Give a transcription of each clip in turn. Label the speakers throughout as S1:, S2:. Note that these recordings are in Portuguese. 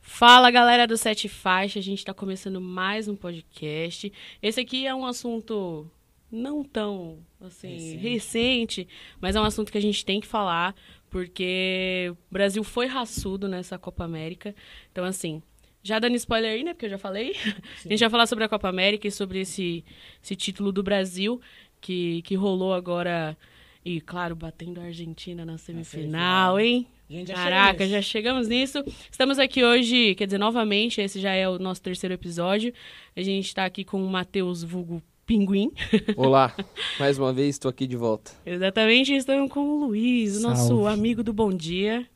S1: Fala galera do Sete Faixa, a gente tá começando mais um podcast. Esse aqui é um assunto não tão assim recente, mas é um assunto que a gente tem que falar porque o Brasil foi raçudo nessa Copa América. Então assim, já dando spoiler aí, né, porque eu já falei. A gente vai falar sobre a Copa América e sobre esse, esse título do Brasil que, que rolou agora e claro, batendo a Argentina na semifinal,
S2: semifinal.
S1: hein?
S2: A gente já
S1: Caraca,
S2: chega
S1: já
S2: nisso.
S1: chegamos nisso. Estamos aqui hoje, quer dizer, novamente, esse já é o nosso terceiro episódio. A gente está aqui com o Matheus Vulgo Pinguim.
S3: Olá, mais uma vez estou aqui de volta.
S1: Exatamente, estamos com o Luiz, o nosso
S4: Salve.
S1: amigo do Bom Dia.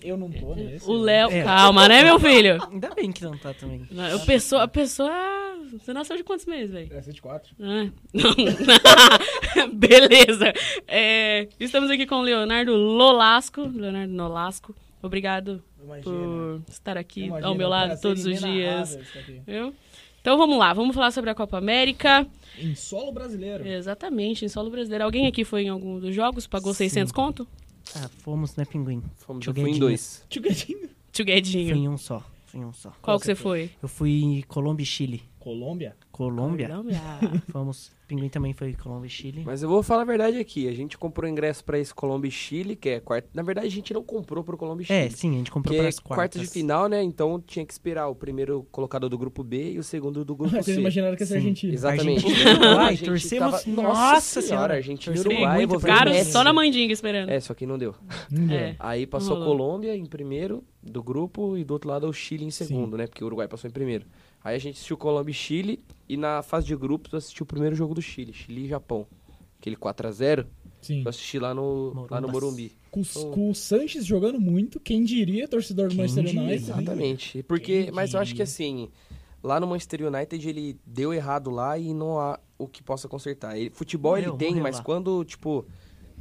S2: Eu não tô nesse.
S1: O Léo.
S4: É.
S1: Calma, né, meu filho?
S4: Ainda bem que não tá também.
S1: A pessoa. A pessoa... Você nasceu de quantos meses, velho?
S2: É 74.
S1: Ah, não. Beleza. É, estamos aqui com o Leonardo Lolasco. Leonardo Nolasco. Obrigado
S2: Imagina.
S1: por estar aqui
S2: Imagina,
S1: ao meu
S2: é um
S1: lado
S2: prazer
S1: todos os
S2: inenarrável
S1: dias.
S2: estar aqui.
S1: Viu? Então vamos lá, vamos falar sobre a Copa América.
S2: Em solo brasileiro.
S1: É. Exatamente, em solo brasileiro. Alguém aqui foi em algum dos jogos? Pagou
S4: Sim.
S1: 600 conto?
S4: Ah, fomos, né, pinguim?
S3: Fomos, eu
S4: Joguei
S3: fui em
S4: de
S3: dois.
S2: Tchugadinho.
S4: Fui
S1: Tchuguedinho.
S4: em um só. Fui em um só.
S1: Qual que você foi?
S4: Eu fui em Colômbia e Chile.
S2: Colômbia.
S4: Colômbia?
S1: Colômbia.
S4: Fomos. Pinguim também foi em Colômbia e Chile.
S3: Mas eu vou falar a verdade aqui. A gente comprou ingresso para esse Colômbia e Chile, que é quarta. Na verdade, a gente não comprou para o Colômbia e Chile.
S4: É, sim, a gente comprou
S3: Porque é
S4: para as
S3: quartas.
S4: quartas.
S3: de final, né? Então tinha que esperar o primeiro colocado do grupo B e o segundo do grupo
S2: Vocês
S3: C.
S2: imaginaram que ia ser
S4: Sim.
S2: argentino.
S3: Exatamente.
S4: Argentina e Uruguai,
S3: A gente
S4: torcemos-
S3: tava-
S4: Nossa
S3: Nossa
S4: Senhora,
S3: senhora, Argentina e
S4: torcemos
S3: Uruguai.
S4: muito
S3: vou ver o
S1: Caro,
S3: Messi.
S1: só na mandinga esperando.
S3: É, só que não deu.
S2: Não deu.
S1: É.
S3: Aí passou
S1: Não
S3: a
S1: rolou.
S3: Colômbia em primeiro do grupo e do outro lado é o Chile em segundo, né? Porque o Uruguai passou em primeiro. Aí a gente assistiu Colômbia e Chile e na fase de grupos eu assisti o primeiro jogo do Chile, Chile e Japão. Aquele 4x0,
S2: é. Sim.
S3: eu assisti lá no, lá no
S4: Morumbas.
S3: Morumbi.
S2: Com, o- com o Sanches jogando muito, quem diria torcedor do
S4: Quem
S2: Manchester United.
S4: diria,
S2: né?
S3: Exatamente. Porque, mas eu acho que
S2: Entendi.
S3: assim, lá no Manchester United ele deu errado lá e não há o que possa consertar. Ele- futebol
S4: Morreu,
S3: ele tem,
S4: morreu
S3: mas
S4: lá.
S3: quando, tipo,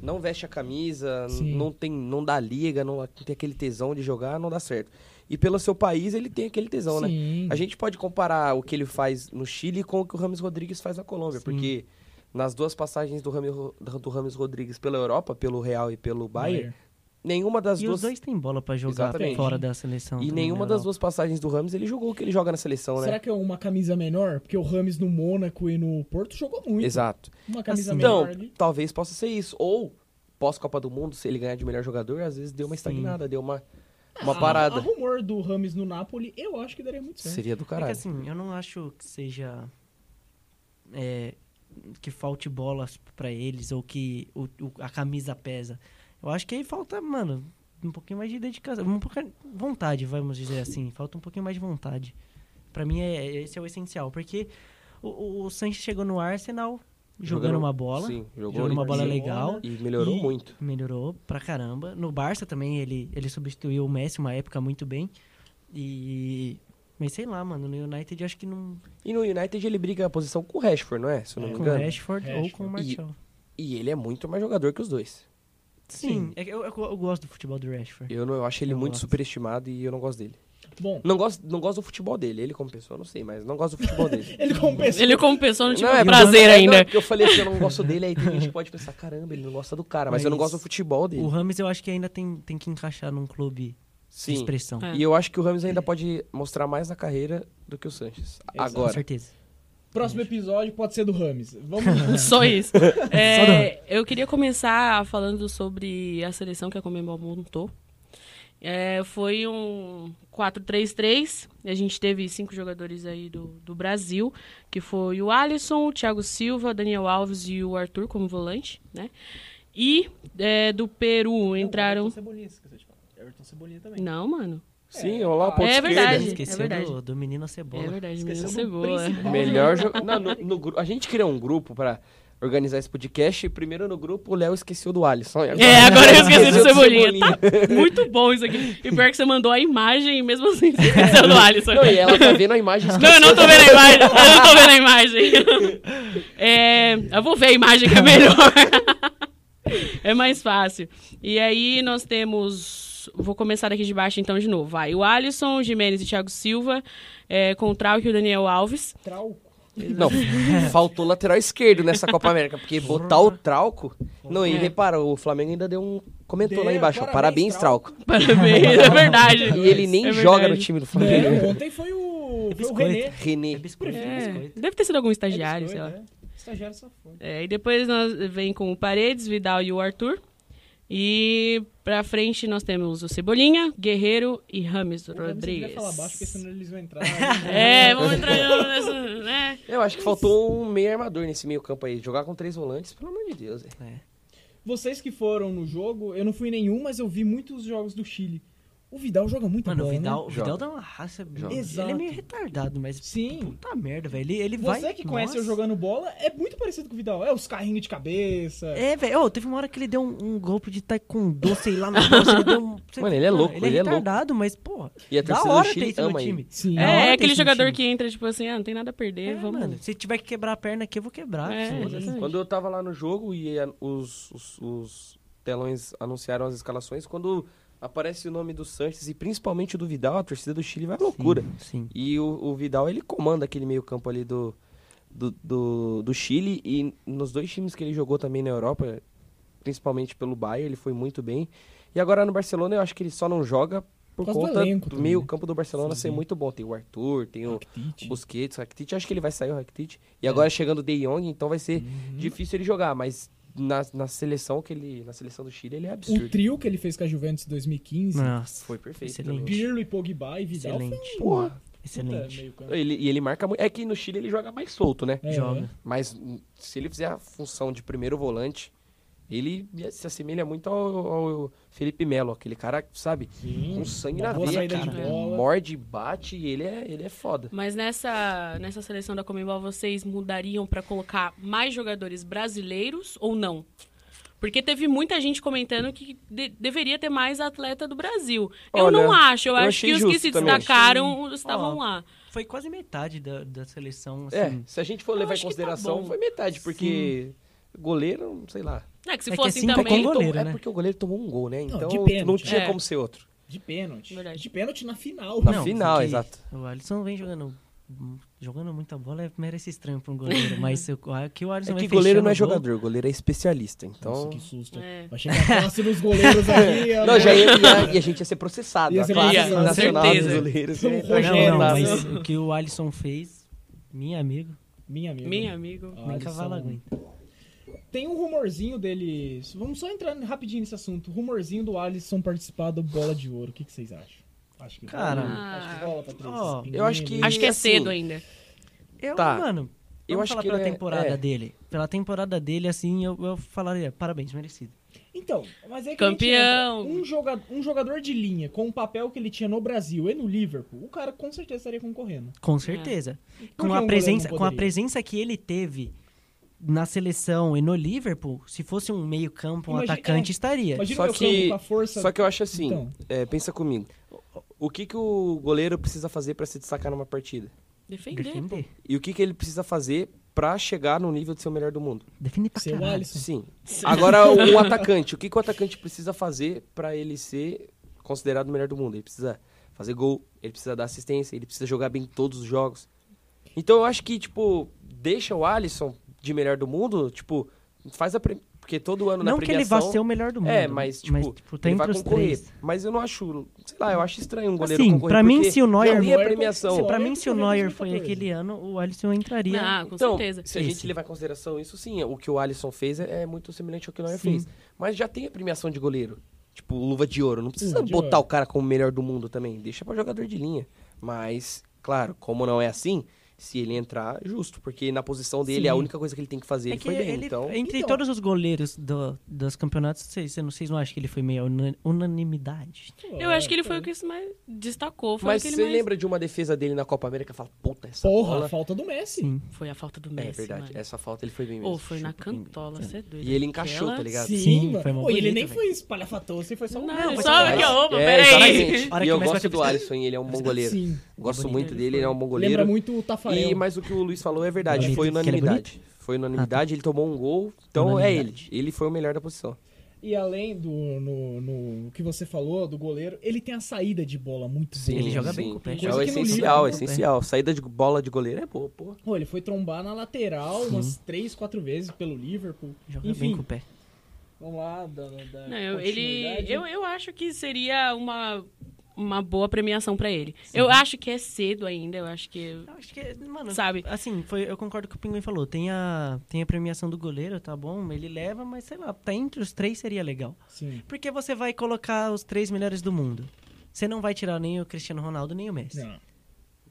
S3: não veste a camisa, n-
S2: Sim.
S3: não tem, não dá liga, não tem aquele tesão de jogar, não dá certo. E pelo seu país ele tem aquele tesão, né?
S2: Sim.
S3: A gente pode comparar o que ele faz no Chile com o que o Rames Rodrigues faz na Colômbia, porque nas duas passagens do Rames, Ro- do Rames Rodrigues pela Europa, pelo Real e pelo é Bayern,
S2: Bayern.
S3: nenhuma das
S4: E
S3: duas
S4: os dois têm bola para jogar
S3: Exatamente.
S4: fora da seleção.
S3: e
S4: também,
S3: nenhuma
S4: né,
S3: das
S4: Léo?
S3: duas passagens do Rams ele jogou o que ele joga na seleção, né?
S2: Será que é uma camisa menor? Porque o Rames no Mônaco e no Porto jogou é muito.
S3: Exato.
S2: Uma camisa
S4: Assim,
S2: menor
S3: Então,
S2: ali.
S3: talvez possa ser isso. Ou, pós-Copa do Mundo, se ele ganhar de melhor jogador, às vezes deu uma estagnada, deu uma, uma
S2: Ah, Há
S3: parada.
S2: rumor do Rames no Napoli, eu acho que daria muito certo.
S3: Seria do
S4: É que
S3: caralho.
S4: assim, eu não acho que seja. é, que falte bolas para eles ou que o- o- a camisa pesa. Eu acho que aí falta, mano, um pouquinho mais de dedicação. Um pouquinho, vontade, vamos dizer assim. Falta um pouquinho mais de vontade. Pra mim, é, esse é o essencial. Porque o, o, o Sanches chegou no Arsenal jogando,
S3: Jogando-
S4: uma bola.
S3: sim, jogou
S4: jogando uma
S3: ali,
S4: bola
S3: sim.
S4: legal.
S3: E melhorou
S4: E-
S3: muito.
S4: Melhorou pra caramba. No Barça também, ele, ele substituiu o Messi uma época muito bem. E. Mas sei lá, mano, no United acho que não.
S3: E no United ele briga a posição com o Rashford, não é? Se eu não
S2: É,
S3: me
S4: Com o
S3: engano.
S4: Rashford, ou
S2: Rashford.
S4: com o Martial.
S3: E ele é muito mais jogador que os dois.
S4: Sim, é que eu, eu, eu gosto do futebol do Rashford.
S3: Eu, não, eu acho ele
S4: Eu
S3: muito
S4: gosto.
S3: superestimado e eu não gosto dele.
S2: Bom,
S3: Não gosto, não gosto do futebol dele. Ele como pessoa, eu não sei, mas não gosto do futebol dele.
S2: ele compensa.
S1: Ele como pessoa não tinha um
S3: Não, é
S1: prazer
S3: porque-
S1: ainda.
S3: Não, porque eu falei assim, eu não gosto dele, aí tem gente que pode pensar, caramba, ele não gosta do cara, mas, eu não
S4: Mas
S3: gosto do futebol dele.
S4: O Rames eu acho que ainda tem, tem que encaixar num clube de
S3: Sim.
S4: expressão.
S1: É.
S3: E eu acho que o Ramos ainda pode mostrar mais na carreira do que o Sanches.
S4: Com
S1: É.
S3: Agora.
S4: certeza.
S2: Próximo episódio pode ser do Rames. Vamos
S1: Só isso. É, eu queria começar falando sobre a seleção que a Comembol montou. É, foi um 4-3-3. A gente teve cinco jogadores aí do, do Brasil, que foi o Alisson, o Thiago Silva, Daniel Alves e o Arthur como volante, né? E é, do Peru entraram...
S2: Everton Cebolinha, esqueci de falar. Everton Cebolinha também.
S1: Não, mano.
S3: Sim, olá,
S2: É
S3: ponto esquerda.
S1: verdade, é
S4: Esqueceu
S1: verdade.
S4: do, do menino
S1: É
S4: Cebola.
S1: verdade, menino
S2: Esqueceu do
S1: cebola.
S2: principal.
S3: Melhor jo... Não, no, no gru- A gente criou um grupo pra organizar esse podcast. E primeiro no grupo, o Léo esqueceu do Alisson. e
S1: É, agora eu esqueci do
S3: esqueceu
S1: Cebolinha. Tá muito bom isso aqui. E pior que você mandou a imagem e mesmo assim você esqueceu do Alisson.
S3: Não, e ela tá vendo a imagem.
S1: Não, eu não tô vendo a imagem. Eu não tô vendo a imagem. É, eu vou ver a imagem que é melhor. É mais fácil. E aí nós temos. Vou começar daqui de baixo então de novo. Vai. O Alisson, o Jimenez e o Thiago Silva. É, com o Trauco e o Daniel Alves.
S2: Trauco.
S3: Não, faltou lateral esquerdo nessa Copa América. Porque botar o Trauco... Não, e
S1: É.
S3: repara, o Flamengo ainda deu um Comentou
S2: Dê,
S3: lá embaixo, ó,
S2: parabéns,
S3: parabéns, Trauco.
S1: Parabéns, é verdade.
S3: E ele nem
S1: É
S3: joga no
S1: verdade.
S3: time do Flamengo.
S2: Não, É, ontem foi o, foi o
S4: Biscoito.
S2: René.
S3: René.
S4: É biscoito, é
S1: É,
S4: biscoito.
S1: deve ter sido algum estagiário, sei lá.
S2: Biscoito, é. Estagiário só foi.
S1: É, e depois nós vem com o Paredes, Vidal e o Arthur. E pra frente nós temos o Cebolinha, Guerreiro e Rames
S2: Pô, mas Você devia
S1: Rodrigues.
S2: falar baixo, porque senão eles vão entrar.
S1: É, vamos entrar nessa, né?
S3: Eu acho que faltou um meio armador nesse meio campo aí. Jogar com três volantes, pelo amor de Deus. velho.
S2: Vocês que foram no jogo, eu não fui em nenhum, mas eu vi muitos jogos do Chile. O Vidal joga muito
S4: Mano, o
S2: bola, né?
S4: Vidal, o
S3: Tá né? Joga.
S4: Vidal dá uma raça.
S3: Joga.
S4: Ele é
S2: Exato.
S4: meio retardado, mas.
S2: Sim.
S4: Puta merda, velho. Ele, ele vai.
S2: Você que conhece eu
S4: Nossa.
S2: jogando bola, é muito parecido com o Vidal. É os carrinhos de cabeça.
S4: É, velho. Ô, teve uma hora que ele deu um, um golpe de taekwondo, sei lá, no bolso, ele deu um...
S3: Mano, ele é louco,
S4: Ele é
S3: ele é louco.
S4: retardado, mas, porra,
S3: E a
S4: da
S3: torcida
S4: hora
S3: do
S4: ter
S3: Chile
S4: isso no
S3: ama ele.
S4: time.
S2: Sim.
S4: Da hora
S1: É,
S4: ter
S1: aquele
S4: isso no
S1: jogador
S4: time.
S1: que entra, tipo assim, ah, não tem nada a perder,
S4: É,
S1: vamos.
S4: mano, se tiver que quebrar a perna aqui, eu vou quebrar.
S1: É,
S4: foda-se.
S1: exatamente.
S3: Quando eu tava lá no jogo e a- os, os- os telões anunciaram as escalações, quando aparece o nome do Sanches e principalmente o do Vidal, a torcida do Chile vai à loucura.
S4: Sim.
S3: E o, o Vidal, ele comanda aquele meio campo ali do, do, do, do Chile e nos dois times que ele jogou também na Europa, principalmente pelo Bayern, ele foi muito bem. E agora no Barcelona, eu acho que ele só não joga por
S2: causa do
S3: conta do,
S2: elenco também,
S3: meio
S2: né?
S3: campo do Barcelona ser muito bom. Tem o Arthur, tem o,
S2: Rakitic. É.
S3: o Busquets, o Rakitic, acho que ele vai sair o Rakitic. E agora chegando o De Jong, então vai ser
S2: Uhum.
S3: difícil ele jogar, mas na, na seleção que ele, na seleção do Chile, ele é
S2: O
S3: absurdo.
S2: trio que ele fez com a Juventus em 2015,
S4: Nossa.
S3: Foi perfeito.
S4: Excelente.
S3: também.
S2: Pirlo e Pogba e Vidal. foi um-
S4: Excelente.
S3: Porra. é
S2: Puta,
S4: Excelente.
S2: meio campo.
S3: Ele, e ele marca muito. É que no Chile ele joga mais solto, né?
S2: É.
S4: Joga.
S3: Mas hum, se ele fizer a função de primeiro volante, ele ia- se assemelha muito ao, ao Felipe Melo, aquele cara, sabe, com sangue
S2: uma
S3: na
S2: boa
S3: veia,
S2: saída
S3: que
S2: de bola.
S3: morde, bate, e ele é, ele é foda.
S1: Mas nessa, nessa seleção da Comembol, vocês mudariam pra colocar mais jogadores brasileiros ou não? Porque teve muita gente comentando que de- deveria ter mais atleta do Brasil. eu
S3: Olha,
S1: não acho, eu,
S3: eu
S1: acho
S3: achei
S1: que os que
S3: justo
S1: se
S3: também.
S1: destacaram estavam
S4: Ó,
S1: lá.
S4: Foi quase metade da, da seleção, assim.
S3: É, se a gente for
S4: Eu
S3: levar em
S4: acho que tá
S3: consideração,
S4: bom.
S3: foi metade, porque goleiro, sei lá.
S1: É que se
S4: É que
S1: fossem
S4: assim,
S3: É porque
S1: também.
S3: ele
S4: goleiro,
S3: tomou-
S4: né?
S3: É porque o goleiro tomou um gol, né?
S2: Não,
S3: Então
S2: de
S3: não,
S2: pênalti.
S3: tinha
S1: É.
S3: como ser outro.
S2: De pênalti.
S1: Verdade.
S2: De pênalti na final.
S3: Na final,
S4: porque
S3: exato.
S4: O Alisson vem jogando... Jogando muita bola é- merece estranho pra um goleiro, mas o que o Alisson
S3: É
S4: vem
S3: que goleiro
S4: fechando
S3: não é
S4: o gol-
S3: jogador, goleiro é especialista. Então.
S2: Nossa, que susto.
S1: É.
S2: Vai chegar fácil nos goleiros aqui.
S3: Não,
S2: amor.
S3: já ia, ia- e a gente ia ser processado.
S2: Ia
S3: a
S2: ser
S3: classe
S1: processado,
S3: nacional dos
S1: certeza.
S3: goleiros. né?
S2: Não,
S3: ia entrar
S2: Rogério,
S3: em
S4: Não, não,
S3: contato.
S4: mas o que o Alisson fez, minha amigo,
S2: Minha amiga.
S1: Meu amigo.
S2: Ah,
S4: nem
S2: eles
S4: cavalo
S2: são-
S4: aguenta.
S2: Tem um rumorzinho deles. Vamos só entrar rapidinho nesse assunto. Rumorzinho do Alisson participar do Bola de Ouro. O que, que vocês acham? Acho que
S4: Cara.
S2: rola. Acho que rola, Patrícia.
S4: Ó,
S3: eu acho que-
S1: Ah. Acho que é
S3: assim,
S1: cedo ainda.
S4: Eu,
S3: Tá.
S4: mano,
S3: Eu
S4: eu
S3: acho
S4: acho falar
S3: que
S4: pela
S3: ele é-
S4: temporada
S3: é.
S4: dele. Pela temporada dele, assim, eu, eu falaria, parabéns, merecido.
S2: Então, mas é que
S1: Campeão.
S2: a gente entra. um, joga... um jogador de linha com o papel que ele tinha no Brasil e no Liverpool, o cara com certeza estaria concorrendo.
S4: Com certeza.
S2: Por que
S4: Com
S2: um
S4: a,
S2: goleiro
S4: presença,
S2: não
S4: com a
S2: poderia?
S4: presença que ele teve na seleção e no Liverpool, se fosse um meio campo, um
S2: Imagina- é.
S4: atacante, estaria.
S2: Imagina
S3: Só
S2: o meu
S3: que-
S2: campo com a força.
S3: Só que eu acho assim,
S2: Então.
S3: é, pensa comigo. O que, que o goleiro precisa fazer pra se destacar numa partida?
S1: Defender.
S4: Defender.
S3: E o que, que ele precisa fazer pra chegar no nível de ser o melhor do mundo?
S4: Defender pra
S2: Seu
S4: caralho.
S2: Alisson.
S3: Sim. Agora, o atacante. O que, que o atacante precisa fazer pra ele ser considerado o melhor do mundo? Ele precisa fazer gol, ele precisa dar assistência, ele precisa jogar bem todos os jogos. Então, eu acho que, tipo, deixa o Alisson de melhor do mundo, tipo, faz a... pre- Porque todo ano na
S4: Não que ele
S3: premiação...
S4: vá ser o melhor do mundo.
S3: É, mas, tipo,
S4: tá
S3: ele vai
S4: entre os
S3: concorrer.
S4: três.
S3: Mas eu não acho, sei lá, eu acho estranho um goleiro
S4: Assim,
S3: concorrer.
S4: pra mim,
S3: porque
S4: se o Neuer-
S3: Não, nem é
S2: Neuer-
S3: premiação.
S2: se
S4: Pra mim,
S2: Olha
S4: se o
S2: que eu vi
S4: Neuer
S2: 2014.
S4: foi aquele ano, o Alisson entraria.
S1: Ah, com
S3: Então,
S1: certeza.
S3: se a gente
S4: Isso.
S3: levar em consideração isso, sim, o que o Alisson fez é, é muito semelhante ao que o Neuer
S4: Sim.
S3: fez. Mas já tem a premiação de goleiro. Tipo, luva de ouro. Não precisa
S2: Luva de
S3: botar
S2: ouro.
S3: o cara como o melhor do mundo também. Deixa pra jogador de linha. Mas, claro, como não é assim, se ele entrar, justo. Porque na posição dele,
S4: Sim.
S3: a única coisa que ele tem que fazer,
S4: É
S3: ele
S4: que
S3: foi bem.
S4: ele-
S3: então,
S4: Entre
S2: Então.
S4: todos os goleiros do- dos campeonatos, vocês, vocês não- vocês não acham que ele foi meio una- unanimidade?
S1: Eu acho que ele foi o que se mais destacou. Foi
S3: Mas
S1: aquele
S3: você
S1: mais-
S3: lembra de uma defesa dele na Copa América? Fala, puta, essa
S2: Porra,
S3: bola...
S2: a falta do Messi.
S4: Sim.
S1: Foi a falta do
S3: É
S1: Messi.
S3: verdade,
S1: mano.
S3: essa falta ele foi bem mesmo.
S1: Ou foi na cantola, você é doido.
S3: E ele encaixou,
S1: Aquela-
S3: tá ligado?
S2: Sim,
S4: Sim,
S2: mano.
S4: foi uma
S2: Pô, e ele
S4: bonita,
S2: nem
S4: velho.
S2: foi espalhafatoso, ele foi só um...
S1: Não,
S2: Não,
S1: ele
S2: foi
S1: só-
S2: demais.
S1: aqui, ó, opa,
S3: É,
S1: peraí.
S3: exatamente.
S4: Hora
S3: E
S4: que
S3: eu
S4: mais vai
S3: gosto
S4: ter
S3: do
S4: pista.
S3: Alisson, ele é um bom goleiro.
S2: Sim.
S3: Gosto
S4: Bonito,
S3: muito
S4: ele
S3: dele, ele é um bom
S2: Lembra
S3: goleiro.
S2: muito o Tafarel.
S3: E, mas o que o Luiz falou é
S4: Bonito,
S3: verdade, foi
S4: que ele é
S3: unanimidade. Foi unanimidade, ele tomou um gol, então é ele.
S4: Unanimidade.
S3: Ele foi o melhor da posição.
S2: E além do no, no que você falou do goleiro, ele tem a saída de bola muito
S3: Sim,
S2: boa. assim.
S4: ele joga bem
S3: sim.
S4: com o pé.
S3: É o
S2: Coisa que não
S3: essencial, é
S4: liga com o pé.
S3: essencial. Saída de bola de goleiro é boa, pô.
S2: Pô, ele foi trombar na lateral umas três, quatro vezes pelo Liverpool.
S4: Joga
S2: Enfim,
S4: bem com o pé.
S2: Vamos lá, dando. Da
S1: Não, eu, ele,
S2: continuidade.
S1: eu, eu acho que seria uma, uma boa premiação pra ele. Eu acho que é cedo ainda, eu acho que.
S4: Eu Acho que, mano,
S1: Sabe?
S4: Assim, foi, eu concordo com o que o Pinguim falou. Tem a, tem a premiação do goleiro, tá bom? Ele leva, mas sei lá, tá entre os três seria legal.
S2: Sim.
S4: Porque você vai colocar os três melhores do mundo. Você não vai tirar nem o Cristiano Ronaldo, nem o Messi.
S2: Não.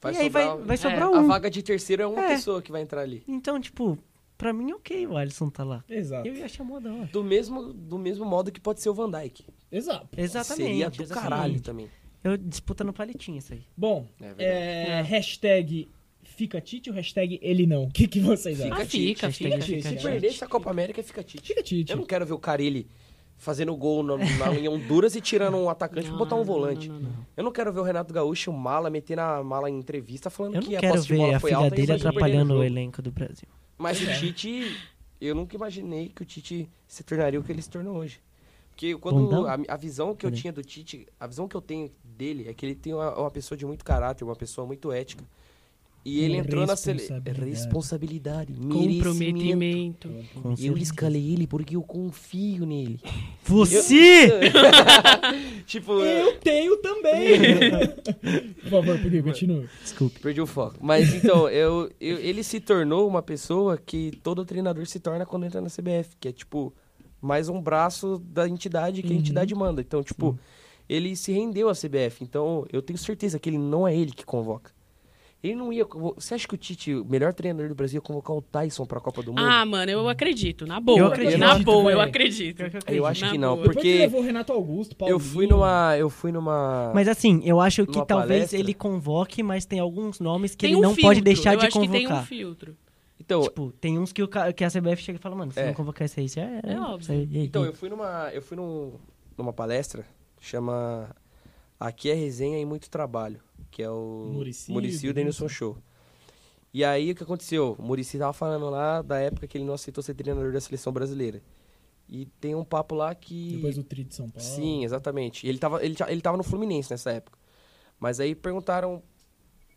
S3: Vai
S4: e aí
S3: sobrar
S4: vai,
S3: um-
S4: vai sobrar
S1: É,
S3: A
S4: um.
S3: vaga de terceiro é uma
S4: É.
S3: pessoa que vai entrar ali.
S4: Então, tipo, pra mim, ok o Alisson tá lá.
S2: Exato.
S4: Eu ia achar mó da hora.
S3: Do mesmo, do mesmo modo que pode ser o Van Dyke.
S2: Exato.
S4: Exatamente.
S3: Seria do
S4: exatamente.
S3: caralho também.
S4: Eu disputando palitinho isso aí.
S2: Bom,
S3: É verdade.
S2: é, hashtag fica Tite ou hashtag ele não? O que, que vocês acham?
S1: Ah, fica, fica.
S4: Hashtag
S2: fica,
S3: Se
S2: Tite.
S3: perder essa Copa América, fica Tite.
S2: Fica Tite.
S3: Eu não quero ver o Carilli fazendo gol na, na, em Honduras e tirando um atacante pra botar um volante.
S1: não, não, não.
S3: Eu não quero ver o Renato Gaúcho, o mala, metendo a mala em entrevista falando
S4: Eu
S3: que
S4: não
S3: a
S4: quero
S3: posse de
S4: ver
S3: bola
S4: a
S3: foi
S4: filha
S3: alta e
S4: dele
S3: vocês perderam
S4: atrapalhando o
S3: jogo.
S4: elenco do Brasil.
S3: Mas o Tite, eu nunca imaginei que o Tite se tornaria o que ele se tornou hoje. Porque quando
S4: Bundão?
S3: a, a visão que eu
S4: Cadê?
S3: tinha do Tite, a visão que eu tenho dele é que ele tem uma, uma pessoa de muito caráter, uma pessoa muito ética. E ele
S2: Com
S3: entrou na seleção.
S2: responsabilidade.
S3: Responsabilidade, merecimento.
S1: Comprometimento.
S4: Com
S3: Eu
S4: certeza.
S3: escalei ele porque eu confio nele.
S4: Você!
S3: tipo, eu
S2: Eu tenho também! Por favor, Pedro, continue.
S4: Desculpe.
S3: perdi o foco. Mas então, eu, eu- ele se tornou uma pessoa que todo treinador se torna quando entra na CBF, que é tipo mais um braço da entidade que a entidade manda. Então, tipo, ele se rendeu à CBF. Então, eu tenho certeza que ele não é ele que convoca. Ele não ia. convo- Você acha que o Tite, o melhor treinador do Brasil, ia convocar o Tyson pra Copa do Mundo?
S1: Ah, mano, eu acredito. Na boa.
S4: Eu acredito,
S1: na boa, eu
S2: velho.
S1: acredito.
S4: Pior que eu
S3: eu acho
S1: na
S3: que não,
S1: boa.
S2: Depois que
S3: porque
S2: levou o Renato Augusto, Paulinho.
S3: eu fui numa. Eu fui numa.
S4: Mas assim, eu acho que
S3: Ah, Numa
S4: talvez
S3: palestra?
S4: ele convoque, mas tem alguns nomes que
S1: Tem
S4: ele
S1: um
S4: não
S1: filtro,
S4: pode deixar
S1: eu
S4: de
S1: acho que tem um
S4: convocar.
S1: filtro.
S3: Então,
S4: Tipo, tem uns que, o, ca- que a CBF chega e fala, mano, se
S3: É.
S4: não convocar esse aí, já era.
S1: É
S4: né?
S1: óbvio.
S4: Isso aí- e aí?
S3: Então, eu fui numa, eu fui num- numa palestra, chama Aqui é Resenha e Muito Trabalho, que é o
S2: Muricy,
S3: Muricy e o Denilson Show. E aí, o que aconteceu? O Muricy tava falando lá da época que ele não aceitou ser treinador da seleção brasileira. E tem um papo lá que...
S2: Depois do Tri de São Paulo.
S3: Sim, exatamente. E Ele tava, ele, já- ele tava no Fluminense nessa época. Mas aí perguntaram...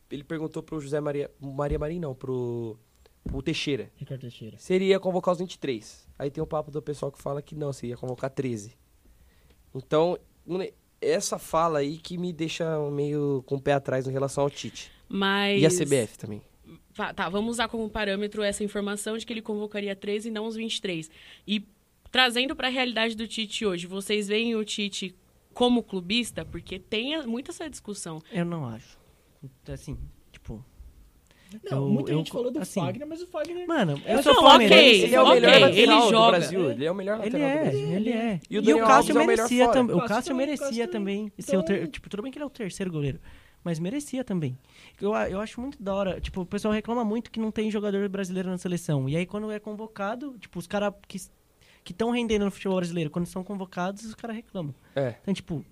S3: Ele perguntou pro José Maria... Maria Marim, não, pro, pro Teixeira.
S2: Ricardo Teixeira.
S3: Seria convocar os 23. Aí tem o papo do pessoal que fala que não, seria convocar 13. Então, mone- essa fala aí que me deixa meio com o pé atrás em relação ao Tite.
S1: Mas.
S4: É
S3: E a CBF também.
S1: Tá, tá, vamos usar como parâmetro essa informação de que ele convocaria 13 e não os 23. E trazendo pra realidade do Tite hoje, vocês veem o Tite como clubista? Porque tem a- muita essa discussão.
S4: Eu não acho. Assim, tipo.
S2: Não,
S4: Eu-
S2: muita
S4: eu-
S2: gente falou do
S4: assim,
S2: Fagner, mas o Fagner...
S4: Mano, eu
S1: Não,
S4: sou
S1: ok,
S4: palmeirense.
S1: ele é o ok, melhor lateral ele
S3: do
S1: joga.
S3: Brasil. Ele é o melhor
S4: Ele
S3: lateral do
S4: é,
S3: Brasil.
S4: ele
S3: E o
S4: é. E o,
S3: Daniel Alves
S4: Cássio
S3: é o melhor
S4: merecia
S3: fora.
S4: também. O
S2: Cássio
S4: Cássio
S2: também,
S4: merecia
S2: Cássio também.
S4: também. ser o ter-
S2: Então-
S4: Tipo, tudo bem que ele é o terceiro goleiro. Mas merecia também. Eu, a- eu acho muito da hora. Tipo, o pessoal reclama muito que não tem jogador brasileiro na seleção. E aí, quando é convocado, tipo, os caras que estão rendendo no futebol brasileiro, quando são convocados, os caras reclamam.
S3: É.
S4: Então, tipo,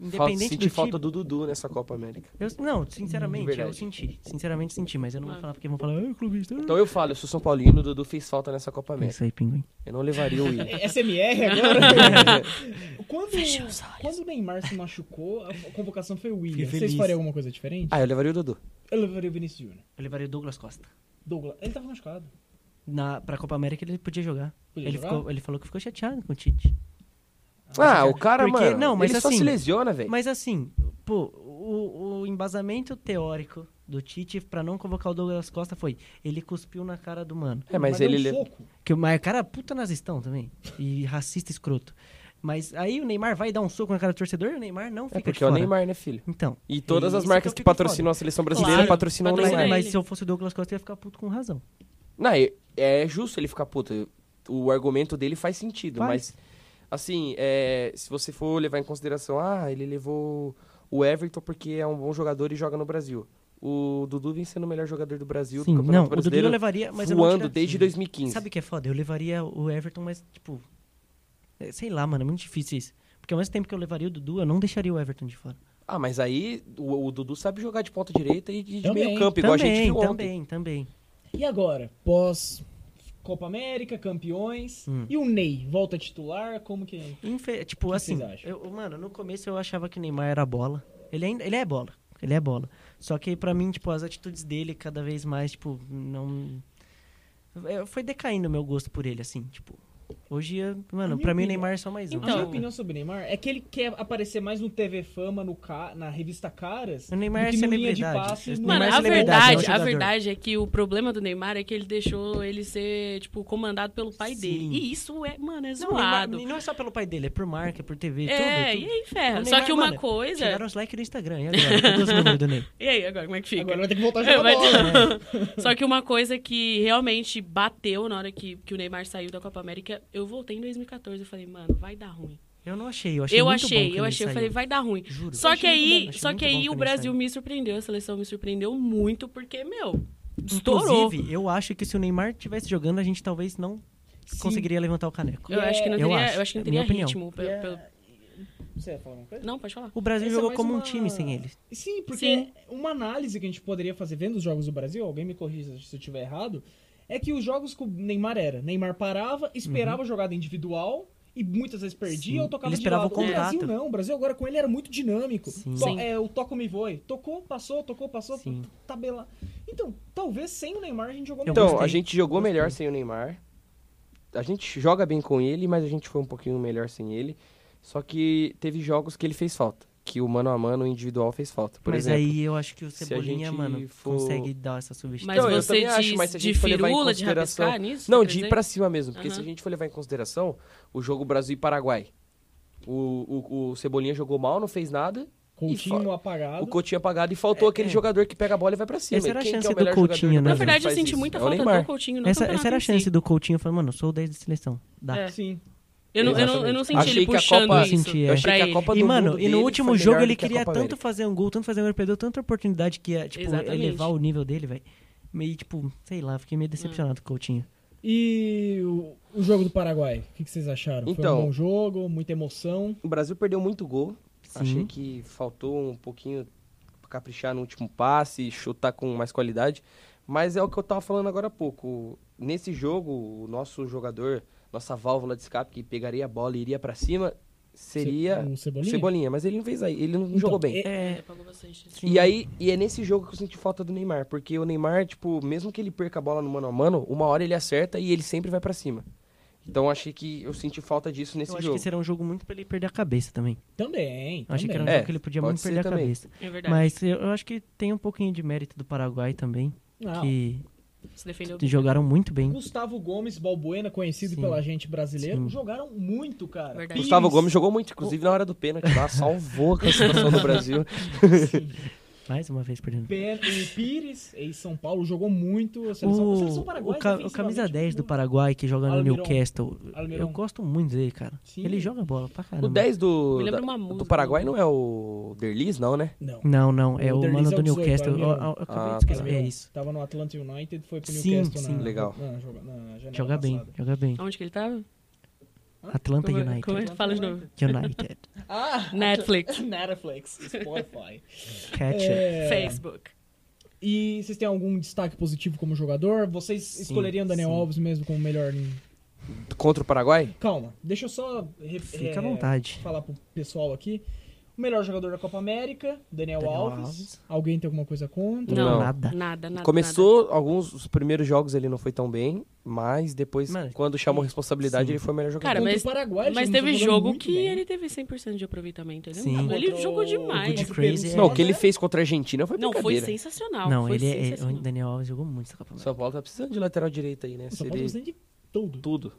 S3: Falta,
S4: independente
S3: senti
S4: do
S3: falta
S4: time,
S3: do Dudu nessa Copa América.
S4: eu- não, sinceramente, eu
S3: Verdade.
S4: senti. Sinceramente, senti. Mas eu não vou falar porque vão falar, ah, clubista. ah".
S3: Então eu falo, eu sou São Paulino, o Dudu fez falta nessa Copa
S4: É
S3: América.
S4: isso aí, pinguim.
S3: Eu não levaria o Willian.
S2: é SMR agora? quando, quando o Neymar se machucou, a convocação foi o William.
S4: Fiquei
S2: Vocês
S4: feliz.
S2: fariam alguma coisa diferente?
S3: Ah, eu levaria o Dudu.
S2: Eu levaria o Vinícius Júnior.
S4: Eu levaria o Douglas Costa.
S2: Douglas, ele tava machucado.
S4: Na, pra Copa América ele podia jogar.
S2: Podia
S4: ele,
S2: jogar?
S4: Ficou, ele falou que ficou chateado com o Tite.
S3: Ah, o cara,
S4: Porque-
S3: mano,
S4: não, mas
S3: ele só
S4: assim-
S3: se lesiona, velho.
S4: Mas assim, pô, o, o embasamento teórico do Tite pra não convocar o Douglas Costa foi ele cuspiu na cara do mano.
S3: É, mas
S2: deu
S3: ele...
S2: Um
S3: le-
S2: soco.
S4: Que, mas o cara é puta nazistão também. E racista escroto. Mas aí o Neymar vai dar um soco na cara do torcedor e o Neymar não fica
S3: É
S4: de
S3: porque é o
S4: fora.
S3: Neymar, né, filho?
S4: Então.
S3: E todas
S4: é
S3: as
S4: isso
S3: marcas
S4: eu
S3: que
S4: fico
S3: patrocinam a seleção brasileira
S1: Claro,
S3: patrocinam o
S4: foda.
S3: Neymar.
S1: patrocina
S4: Mas, mas
S1: ele.
S4: se eu fosse o Douglas Costa, eu ia ficar puto com razão.
S3: Não, é, é justo ele ficar puto. O argumento dele faz sentido,
S4: Faz.
S3: mas assim, é, se você for levar em consideração, ah, ele levou o Everton porque é um bom jogador e joga no Brasil. O Dudu vem sendo o melhor jogador do Brasil
S4: Sim,
S3: do Campeonato
S4: não, o Dudu
S3: Brasileiro.
S4: eu levaria, mas eu não
S3: voando
S4: tiraria.
S3: desde 2015.
S4: Sabe o que é foda? Eu levaria o Everton, mas, tipo. é, Sei lá, mano, é muito difícil isso. Porque ao mesmo tempo que eu levaria o Dudu, eu não deixaria o Everton de fora.
S3: Ah, mas aí o, o Dudu sabe jogar de ponta direita e de
S2: Também,
S3: meio campo, igual a gente
S4: Também,
S3: viu ontem.
S4: também, também.
S2: E agora? Pós Copa América, campeões.
S4: Hum.
S2: E o Ney? Volta titular? Como que é?
S4: Infe- Tipo,
S2: que
S4: assim,
S2: vocês acham?
S4: eu, mano, no começo eu achava que o Neymar era bola. Ele, ainda, ele é bola. Ele é bola. Só que pra mim, tipo, as atitudes dele cada vez mais, tipo, não. é, Foi decaindo o meu gosto por ele, assim, tipo. Hoje, eu- mano,
S2: minha
S4: pra mim o
S2: opinião-
S4: Neymar é só mais um.
S1: Então,
S2: a minha opinião sobre o Neymar é que ele quer aparecer mais no TV Fama, no Ca- na revista Caras.
S4: O Neymar
S2: do
S4: é
S2: que no linha de
S4: celebridade.
S2: passe,
S4: Esse
S2: no-
S1: Mano,
S4: Neymar é
S1: a
S4: celebridade, é um
S1: verdade, a
S4: jogador.
S1: verdade é que o problema do Neymar é que ele deixou ele ser, tipo, comandado pelo pai
S4: Sim.
S1: dele. E isso é, mano, é
S4: Não, o Neymar-
S1: zoado.
S4: e não é só pelo pai dele, é por marca, por
S1: é,
S4: TV, tudo.
S1: e é. aí ferra.
S4: O
S1: Só
S4: Neymar,
S1: que uma
S4: mano,
S1: coisa.
S4: Tiraram os likes do Instagram, e agora? Cadê os números do Ney?
S1: E aí, agora como é que fica?
S2: Agora vai ter que voltar a
S1: É,
S2: jogar
S1: vai-
S2: bola. né?
S1: Só que uma coisa que realmente bateu na hora que, que o Neymar saiu da Copa América, eu voltei em 2014 e falei, mano, vai dar ruim.
S4: Eu não achei, eu achei
S1: Eu
S4: muito bom
S1: achei,
S4: que
S1: eu
S4: ele
S1: achei, eu
S4: saiu.
S1: falei, vai dar ruim.
S4: Juro.
S1: Só
S4: Eu
S1: que
S4: achei muito
S1: aí,
S4: bom, achei
S1: só
S4: muito
S1: que
S4: bom
S1: aí o
S4: ele
S1: Brasil
S4: saiu.
S1: me surpreendeu, a seleção me surpreendeu muito, porque, meu, estourou.
S4: Inclusive, eu acho que se o Neymar tivesse jogando, a gente talvez não
S2: Sim.
S4: conseguiria levantar o caneco.
S1: Eu acho que não
S4: Eu
S1: teria, eu acho,
S4: acho,
S1: que não
S4: é minha
S1: teria
S4: opinião.
S1: ritmo. pe-
S2: Yeah.
S1: pelo-
S2: Você ia falar uma coisa?
S1: Não, pode falar.
S4: O Brasil
S2: Essa é
S4: jogou
S2: mais
S4: como um
S2: uma-
S4: time sem ele.
S2: Sim, porque
S1: Sim.
S2: uma análise que a gente poderia fazer vendo os jogos do Brasil, alguém me corrija se eu estiver errado, é que os jogos que o Neymar era, Neymar parava, esperava a jogada individual e muitas vezes perdia
S4: Uhum. Sim,
S2: ou tocava
S4: ele
S2: de
S4: esperava
S2: lado.
S4: o
S2: Brasil
S4: contato.
S2: não, o Brasil agora com ele era muito dinâmico.
S4: Sim.
S2: To-
S1: Sim.
S2: é, o toca me voe, tocou, passou, tocou, passou,
S4: Sim.
S2: tabela. Então, talvez sem o Neymar a gente jogou
S4: Eu
S3: Então,
S4: gostei.
S3: a gente jogou
S4: Eu gostei.
S3: melhor sem o Neymar. A gente joga bem com ele, mas a gente foi um pouquinho melhor sem ele. Só que teve jogos que ele fez falta. Que o mano a mano, o individual, fez falta. Por
S4: Mas
S3: exemplo.
S4: aí eu acho que o
S3: se a
S4: Cebolinha,
S3: gente
S4: mano,
S3: for-
S4: consegue dar essa substituição.
S1: Mas
S3: Então, eu
S1: você
S3: também
S1: diz
S3: acho, mas se a
S1: de
S3: gente for levar em
S1: firula, de
S3: consideração-
S1: rabiscar nisso?
S3: Não,
S1: quer
S3: de ir
S1: dizer?
S3: pra cima mesmo. Porque se a
S1: Aham.
S3: gente for levar em consideração o jogo Brasil e Paraguai, o, o, o Cebolinha jogou mal, não fez nada. E
S2: Coutinho
S3: fo-
S2: apagado.
S3: O Coutinho apagado e faltou
S4: É,
S3: aquele
S4: é.
S3: jogador que pega a bola e vai pra cima.
S4: Essa era
S3: E
S4: a
S3: quem que é
S4: chance
S3: o
S4: do
S3: melhor jogador
S4: Coutinho,
S3: do
S4: né,
S1: Na
S3: Brasil
S4: velho?
S3: que
S1: verdade, eu
S3: faz
S1: senti
S3: isso?
S1: muita
S3: É o
S1: falta
S3: Neymar.
S1: do Coutinho no
S4: Essa,
S1: campeonato
S4: essa era a
S1: em si.
S4: chance do Coutinho. Eu falei, mano, eu sou o 10 da seleção. Dá.
S1: É.
S2: Sim.
S1: Eu não, eu não, eu não
S3: Exatamente.
S1: senti
S3: Achei
S1: ele
S3: que a
S1: puxando
S3: Copa-
S1: isso.
S4: Senti, é.
S3: Eu achei
S1: pra
S3: que a
S1: ele.
S3: Copa
S4: E,
S3: do
S4: mano,
S3: Mundo
S4: e
S3: dele
S4: no último
S3: foi
S4: jogo
S3: melhor
S4: ele
S3: do que a
S4: queria
S3: Copa
S4: tanto
S3: América.
S4: fazer um gol, tanto fazer um gol, perdeu tanta oportunidade que ia, tipo,
S1: Exatamente.
S4: elevar o nível dele, velho. Meio, tipo, sei lá, fiquei meio decepcionado com o Coutinho.
S2: E o, o jogo do Paraguai, o que, que vocês acharam? Foi
S3: Então-
S2: um bom jogo, muita emoção.
S3: O Brasil perdeu muito gol.
S4: Sim.
S3: Achei que faltou um pouquinho caprichar no último passe, chutar com mais qualidade. Mas é o que eu tava falando agora há pouco. Nesse jogo, o nosso jogador, nossa válvula de escape que pegaria a bola e iria pra cima, seria
S2: O
S3: o
S2: um Cebolinha?
S3: Cebolinha. Mas ele não fez aí, ele não
S2: Então,
S3: jogou
S2: é-
S3: bem.
S1: É,
S4: É,
S1: apagou bastante. isso.
S4: sim.
S3: E aí, e é nesse jogo que eu senti falta do Neymar, porque o Neymar, tipo, mesmo que ele perca a bola no mano a mano, uma hora ele acerta e ele sempre vai pra cima. Então achei que eu senti falta disso nesse
S4: eu acho
S3: jogo.
S4: que será um jogo muito pra ele perder a cabeça também.
S2: Também.
S4: Eu achei que era um
S2: também.
S3: É,
S4: jogo que ele podia
S3: pode
S4: muito
S3: ser
S4: perder a
S3: também.
S4: cabeça.
S1: É verdade.
S4: Mas eu, eu acho que tem um pouquinho de mérito do Paraguai também,
S3: Ah,
S2: Não,
S4: que
S1: Se defendeu
S4: t- jogaram muito bem.
S2: Gustavo Gomes Balbuena, conhecido
S4: Sim.
S2: pela gente brasileira,
S4: Sim.
S2: jogaram muito, cara.
S1: Verdade.
S2: Pires,
S3: Gustavo Gomes jogou muito, inclusive na hora do pênalti lá, salvou a situação do Brasil.
S4: Mais uma vez perdendo.
S2: Ben, o Pires, em São Paulo, jogou muito. A seleção, a
S4: O,
S2: seleção paraguaia
S4: o ca- o
S2: defensivamente,
S4: camisa 10 do
S2: muito-
S4: Paraguai que joga no
S2: Almirão.
S4: Newcastle,
S2: Almirão.
S4: eu gosto muito dele, cara.
S2: Sim.
S4: Ele joga bola pra caramba.
S3: O 10 do,
S1: Me lembra
S3: da-
S1: uma
S3: do
S1: música.
S3: Paraguai não é o Derlis, não, né?
S2: Não.
S4: Não, não, é
S2: O
S4: o,
S2: Derlis
S4: mano
S2: é o
S4: do
S2: 18,
S4: Newcastle.
S2: Almirão.
S4: Eu- eu- eu acabei
S3: Ah,
S4: de esquecer.
S2: Almirão.
S4: É isso.
S2: Tava no Atlanta United, foi pro
S4: Sim,
S2: Newcastle
S4: sim.
S2: na,
S3: Legal.
S2: na- joga- na janela
S4: Joga bem,
S2: passada.
S4: joga bem.
S1: Onde que ele tava?
S4: Atlanta
S1: Como é-
S4: United.
S1: Como é que fala de novo?
S4: United.
S2: Ah,
S1: Netflix.
S2: Netflix, Spotify. É,
S4: Catcher.
S1: Facebook.
S2: E vocês têm algum destaque positivo como jogador? Vocês escolheriam Daniel
S4: sim.
S2: Alves mesmo como melhor? em-
S3: Contra o Paraguai?
S2: Calma, deixa eu só re-
S4: Fica à
S2: eh,
S4: vontade.
S2: falar pro pessoal aqui. O melhor jogador da Copa América, Daniel,
S4: Daniel
S2: Alves.
S4: Alves.
S2: Alguém tem alguma coisa contra?
S1: Não.
S4: Nada.
S1: Nada, nada.
S3: Começou alguns, os primeiros jogos ele não foi tão bem, mas depois,
S4: Mano,
S3: quando chamou responsabilidade,
S4: sim.
S3: ele foi o melhor jogador.
S1: Cara,
S2: Contra
S1: mas-
S2: o Paraguai, ele
S1: Mas
S2: jogou
S1: teve
S2: jogando
S1: jogo
S2: muito
S1: que
S2: bem.
S1: ele teve 100% de aproveitamento. Ele, é
S4: Sim.
S1: muito- ele
S2: Contra
S1: jogou
S2: o-
S1: demais.
S4: Good
S2: contra o
S4: Crazy
S2: Peru,
S4: é-
S3: não, o que ele fez contra a Argentina foi
S1: Não, foi
S3: brincadeira.
S1: sensacional.
S4: Não,
S1: foi
S4: ele é, é. O
S1: sensacional.
S4: Daniel Alves jogou muito essa Copa América.
S3: São Paulo tá precisando de lateral direito aí, né?
S2: Só
S3: Se
S2: pode
S3: ele...
S2: usar de tudo.
S3: Tudo,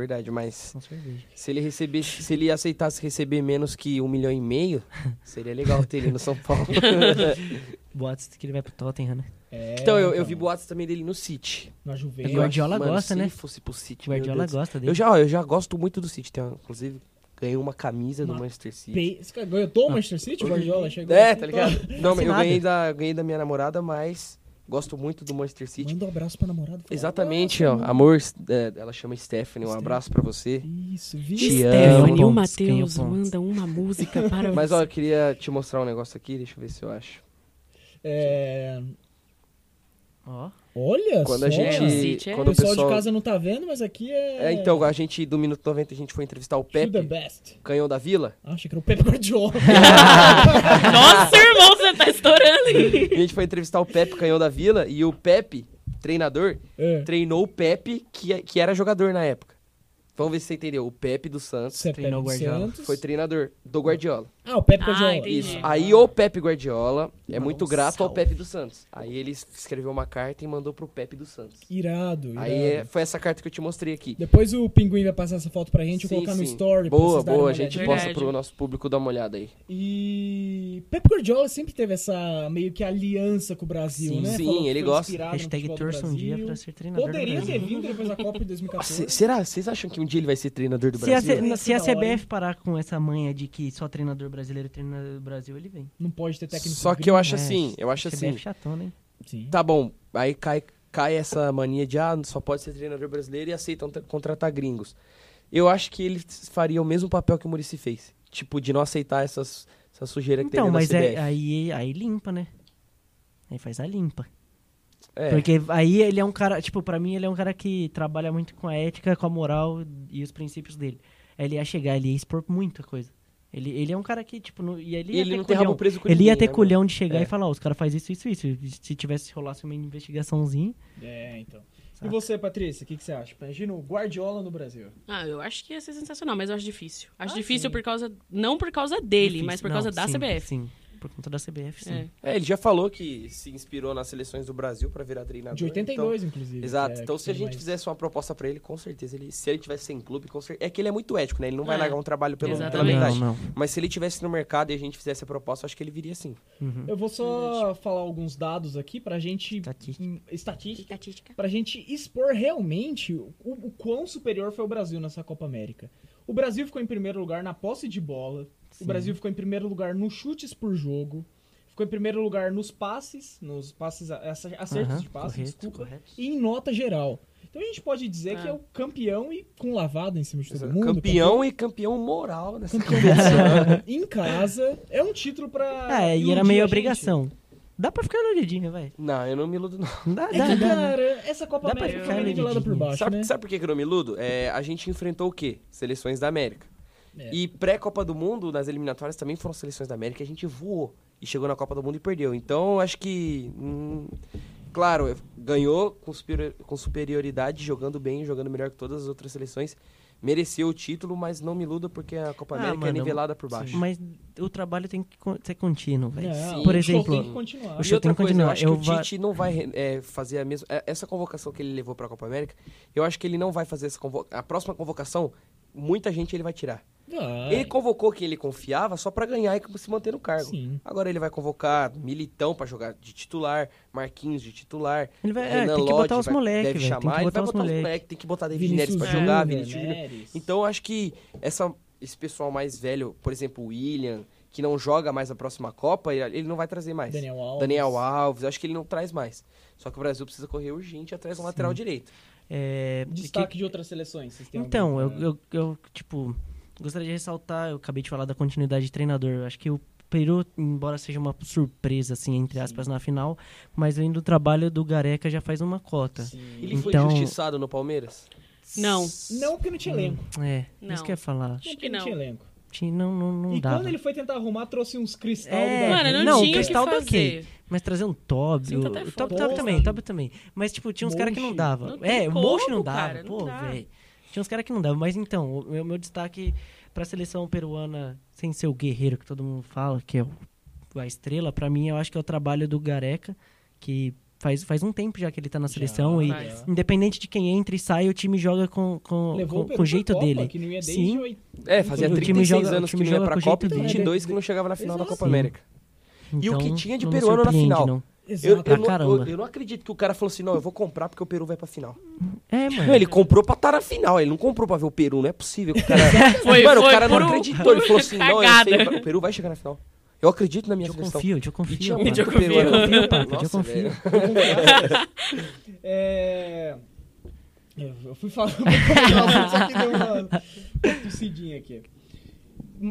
S3: é verdade, mas
S4: Com cerveja.
S3: se ele recebesse, se ele aceitasse receber menos que um milhão e meio, seria legal ter ele no São Paulo.
S4: Boatos que ele vai pro Tottenham, né?
S2: É,
S3: então, eu, eu vi boatos também dele no City.
S2: Na
S3: E
S2: Juventus.
S3: eu
S4: Guardiola
S3: mano,
S4: gosta,
S3: se
S4: né?
S3: fosse pro City, meu
S4: Guardiola
S3: Deus do céu.
S4: gosta dele.
S3: Eu já, ó, eu já gosto muito do City. Tem, uma- inclusive, ganhei uma camisa do
S2: Uma
S3: Manchester City.
S2: Pe- Esse cara Ganhou
S3: Ah,
S2: o Manchester City, o Guardiola chegou.
S3: É,
S2: assim,
S3: tá ligado? Não, mas eu
S4: Assinado.
S3: ganhei da, ganhei da minha namorada, mas gosto muito do Manchester
S2: "Pô,
S3: City.
S2: Manda um abraço pra namorada. fala,
S3: Exatamente, ó.
S2: "Abraço, amor."
S3: Amor, é, ela chama Stephanie. Um abraço pra você.
S2: "Ah, Isso, vi.
S3: Te
S1: Stephanie,
S4: amo.
S1: o
S4: Ganhou
S1: Matheus
S4: pontos.
S1: manda uma música para
S3: Mas, ó,
S1: você.
S3: eu queria te mostrar um negócio aqui. Deixa eu ver se eu acho.
S2: É,
S4: Ó.
S2: Tá Olha
S3: Quando
S2: É só.
S3: a
S1: City,
S3: gente...
S1: é?
S2: O
S3: Quando o
S2: pessoal
S3: pessoal...
S2: de casa não tá vendo, mas aqui é.
S3: É, então, a gente, do Minuto 90, a gente foi entrevistar o
S2: Pepe. the
S3: Pepe,
S2: best.
S3: canhão da Vila.
S2: Ah, achei que era o Pepe Guardiola.
S1: Nossa, irmão, você tá estourando aí.
S3: A gente foi entrevistar o Pepe, canhão da Vila. E o é, Pepe, treinador,
S2: É.
S3: treinou o Pepe, que, que era jogador na época. Vamos ver se você entendeu. O Pepe do Santos
S2: Você é
S4: Treinou
S2: Pepe
S4: o Guardiola.
S2: Santos.
S3: foi treinador do Guardiola.
S2: Ah, o Pepe
S1: Ah,
S2: Guardiola.
S1: entendi.
S3: Isso. Aí o Pepe Guardiola é muito
S4: Manda um
S3: grato ao
S4: salve.
S3: Pepe do Santos. Aí ele escreveu uma carta e mandou pro Pepe do Santos.
S2: Irado, irado.
S3: Aí é- foi essa carta que eu te mostrei aqui.
S2: Depois o Pinguim vai passar essa foto pra gente e
S3: Sim,
S2: colocar no
S3: sim.
S2: story. pra
S3: Boa,
S2: vocês darem
S3: boa.
S2: uma
S3: A gente
S2: olhadinha.
S1: olhadinha.
S3: posta pro nosso público dar uma olhada aí.
S2: E Pepe Guardiola sempre teve essa meio que aliança com o Brasil,
S4: Sim.
S2: né?
S3: Sim,
S2: Falou que
S3: ele
S2: foi
S3: gosta.
S2: inspirado no
S4: Hashtag
S2: futebol do
S4: torça um dia
S2: Brasil.
S4: pra ser treinador
S2: Poderia
S4: do
S2: ter
S4: Brasil.
S2: vindo depois da Copa de 2014.
S3: Se- Ah, será? Vocês acham que um dia ele vai ser treinador do
S4: Se a,
S3: Brasil?
S4: C-
S2: Ia
S4: se a
S2: ser da hora,
S4: CBF parar com essa manha de que só treinador brasileiro treina no Brasil, ele vem.
S2: Não pode ter técnico.
S3: Só que eu acho
S4: É,
S3: assim, eu acho
S4: CBF
S3: assim.
S4: é chatona, hein?
S2: Sim.
S3: Tá bom, aí cai, cai essa mania de ah, só pode ser treinador brasileiro e aceitam tra- contratar gringos. Eu acho que ele faria o mesmo papel que o Murici fez. Tipo, de não aceitar essas, essa sujeira que
S4: Então,
S3: tem
S4: mas
S3: dentro da
S4: é-
S3: CBF.
S4: aí, aí limpa, né? Aí faz a limpa.
S3: É,
S4: Porque aí ele é um cara, tipo, pra mim ele é um cara que trabalha muito com a ética, com a moral e os princípios dele. Aí Ele ia chegar, ele ia expor muita coisa. Ele, ele é um cara que, tipo, não, e ele
S3: E
S4: ia
S3: ele
S4: ter
S3: não tem
S4: culhão.
S3: rabo preso com
S4: Ele
S3: ninguém,
S4: ia ter
S3: né,
S4: culhão de chegar
S3: É.
S4: e falar, ó, os caras fazem isso, isso, isso. E Se tivesse, rolasse uma investigaçãozinha...
S2: É, então. E
S4: Saca.
S2: você, Patrícia, o que, que você acha? Imagina o Guardiola no Brasil.
S1: Ah, eu acho que ia ser sensacional, mas eu acho difícil. Acho
S2: Ah,
S1: difícil
S2: sim.
S1: por causa. Não por causa dele,
S4: Difícil.
S1: mas por
S4: Não,
S1: causa da
S4: sim,
S1: CBF.
S4: Sim, por conta da CBF, sim.
S1: É.
S3: É, ele já falou que se inspirou nas seleções do Brasil pra virar treinador.
S2: De
S3: então-
S2: 82, inclusive.
S3: Exato.
S2: que é-
S3: Então,
S2: que
S3: se a
S2: tem
S3: gente
S2: mais-
S3: fizesse uma proposta pra ele, com certeza ele, se ele tivesse sem clube, com certeza, é que ele é muito ético, né? Ele não vai
S1: É.
S3: largar um trabalho pelo, pela
S1: Exatamente.
S3: metade.
S4: Não, não.
S3: Mas se ele tivesse no mercado e a gente fizesse a proposta, acho que ele viria sim.
S4: Uhum.
S2: Eu vou só falar alguns dados aqui pra gente.
S4: Estatística.
S2: hum, Estatística.
S1: Estatística.
S2: Pra gente expor realmente o, o quão superior foi o Brasil nessa Copa América. O Brasil ficou em primeiro lugar na posse de bola.
S4: Sim.
S2: O Brasil ficou em primeiro lugar nos chutes por jogo. Ficou em primeiro lugar nos passes, nos passes, a- acer- acertos
S4: Aham,
S2: de passe,
S4: correto,
S2: desculpa.
S4: correto.
S2: E em nota geral. Então a gente pode dizer
S1: Ah.
S2: que é o campeão e com lavada em cima de todo
S3: Campeão
S2: Tipo, mundo.
S3: e campeão moral nessa
S2: campeão em casa. É um título pra.
S4: É, e
S2: iludir
S3: um
S4: era
S2: a
S4: meio
S2: gente.
S4: obrigação. Dá pra ficar iludidinho, vai.
S3: Não, eu não me iludo, não.
S4: Dá,
S2: É
S4: dá, né?
S2: que,
S4: dá.
S2: cara, essa Copa
S4: Dá pra
S2: América
S4: ficar
S2: foi nivelada por
S4: levidinho.
S2: baixo,
S3: Sabe,
S2: né?
S3: sabe por que que eu não me iludo? É, a gente enfrentou o quê? Seleções da América.
S2: É.
S3: E pré-Copa do Mundo, nas eliminatórias, também foram seleções da América. e A gente voou. E chegou na Copa do Mundo e perdeu. Então, eu acho que. hum, claro, ganhou com, superi- com superioridade, jogando bem, jogando melhor que todas as outras seleções. Mereceu o título, mas não me iluda porque a Copa
S4: Ah,
S3: América é
S4: mano,
S3: nivelada por baixo.
S4: Mas o trabalho tem que con- ser contínuo, velho.
S2: Não,
S4: Por
S2: o show
S4: exemplo,
S2: tem que continuar.
S4: o
S3: E
S4: show-
S3: outra
S4: tem que
S3: coisa, eu
S4: continuar.
S3: acho
S4: Eu
S3: que o
S4: va-
S3: Tite não vai é, fazer a mesma. é, Essa convocação que ele levou pra Copa América, eu acho que ele não vai fazer essa convocação. A próxima convocação, muita gente ele vai tirar.
S4: É.
S2: Ah,
S3: Ele convocou quem ele confiava só pra ganhar e se manter no cargo.
S2: Sim.
S3: Agora ele vai convocar Militão pra jogar de titular, Marquinhos de titular.
S4: Ele vai- é,
S3: Renan
S4: tem que
S3: Lodge
S4: botar os
S3: vai-
S4: moleque,
S3: deve
S4: velho, tem que
S3: chamar, ele
S4: botar
S3: vai botar
S4: os
S3: os
S4: moleque. é.
S3: moleques, tem que botar David Neres pra
S2: Vinícius
S3: jogar,
S2: Júnior,
S3: Vinícius Júnior.
S2: Neres.
S3: Então eu acho que essa, esse pessoal mais velho, por exemplo, o William, que não joga mais a próxima Copa, ele ele não vai trazer mais.
S2: Daniel Alves.
S3: Daniel Alves, acho que ele não traz mais. Só que o Brasil precisa correr urgente atrás do lateral direito.
S4: é,
S2: Destaque de outras seleções. vocês
S4: que-
S2: têm
S4: então, eu,
S2: algum?
S4: eu, eu, tipo, gostaria de ressaltar, eu acabei de falar da continuidade de treinador. Eu acho que o Peru, embora seja uma surpresa, assim, entre aspas, na final, mas vem do trabalho do Gareca já faz uma cota.
S2: Sim.
S3: Ele foi
S4: Então-
S3: injustiçado no Palmeiras?
S1: Não.
S2: Não porque não tinha elenco.
S4: É,
S1: Não.
S4: isso que eu ia falar.
S1: Acho que
S2: Não, porque não
S1: não.
S2: tinha elenco.
S4: Tinha- Não, não, não
S2: E
S4: dá.
S2: quando ele foi tentar arrumar, trouxe uns cristal
S4: É,
S2: do
S1: Mano,
S2: Davi.
S1: não,
S4: Não, o
S1: tinha o que
S4: Cristaldo,
S1: fazer.
S4: ok. Mas trazer um Toby.
S1: Sim,
S4: o
S1: tá até fora.
S4: o Toby, Toby
S2: Toby.
S4: também, Toby também. Mas, tipo, tinha uns caras que não
S2: Monchi.
S4: dava.
S1: Não tem
S4: é, o Monchi
S1: como,
S4: não dava.
S1: cara, não
S4: Pô,
S1: dá.
S4: velho. Tinha uns caras que não dava. Mas então, o meu, meu destaque pra seleção peruana, sem ser o guerreiro que todo mundo fala, que é o, a estrela, pra mim, eu acho que é o trabalho do Gareca, que faz, faz um tempo já que ele tá na seleção. e
S1: faz.
S4: independente de quem entra e sai, o time joga com, com,
S2: Levou o
S4: com, com
S2: Peru
S4: o
S2: pra
S4: jeito
S2: Copa,
S4: dele.
S2: Que não ia desde
S4: Sim.
S2: oit-
S3: É, fazia
S4: Então, O time
S3: 36
S4: joga-
S3: anos que
S4: o time
S3: não ia
S4: joga
S3: pra
S4: com o
S3: Copa e
S4: jeito dele.
S3: 22 que não chegava na final da Copa
S2: Exato.
S3: América. E o que
S4: Então,
S3: tinha de
S4: não me
S3: peruano na
S4: surpreende,
S3: final?
S4: não.
S3: Eu,
S2: Exato.
S3: eu,
S4: Pra
S3: não, eu,
S4: caramba.
S3: eu não acredito que o cara falou assim, não, eu vou comprar porque o Peru vai pra final.
S4: É, mano.
S3: Não, ele comprou pra estar na final, ele não comprou pra ver o Peru, não é possível que o cara...
S1: Foi,
S3: Mano,
S1: foi
S3: o cara
S1: por
S3: não
S1: um-
S3: acreditou, ele falou assim, não, eu sei,
S1: cagada.
S3: o Peru vai chegar na final. Eu acredito na minha
S4: Eu
S3: seleção.
S4: confio, eu
S3: E tinha um
S4: confio.
S3: muito
S4: mano.
S1: confio.
S3: peruano.
S1: Eu confio,
S4: Papa, eu
S3: Nossa,
S4: confio.
S3: velho.
S2: É... Eu eu fui falar vou comentar, só que deu uma tossidinha aqui.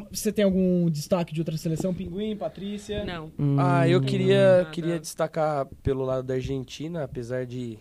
S2: Você tem algum destaque de outra seleção? Pinguim, Patrícia?
S1: Não.
S4: Hum,
S3: Ah, eu queria,
S1: nada.
S3: queria destacar pelo lado da Argentina, apesar de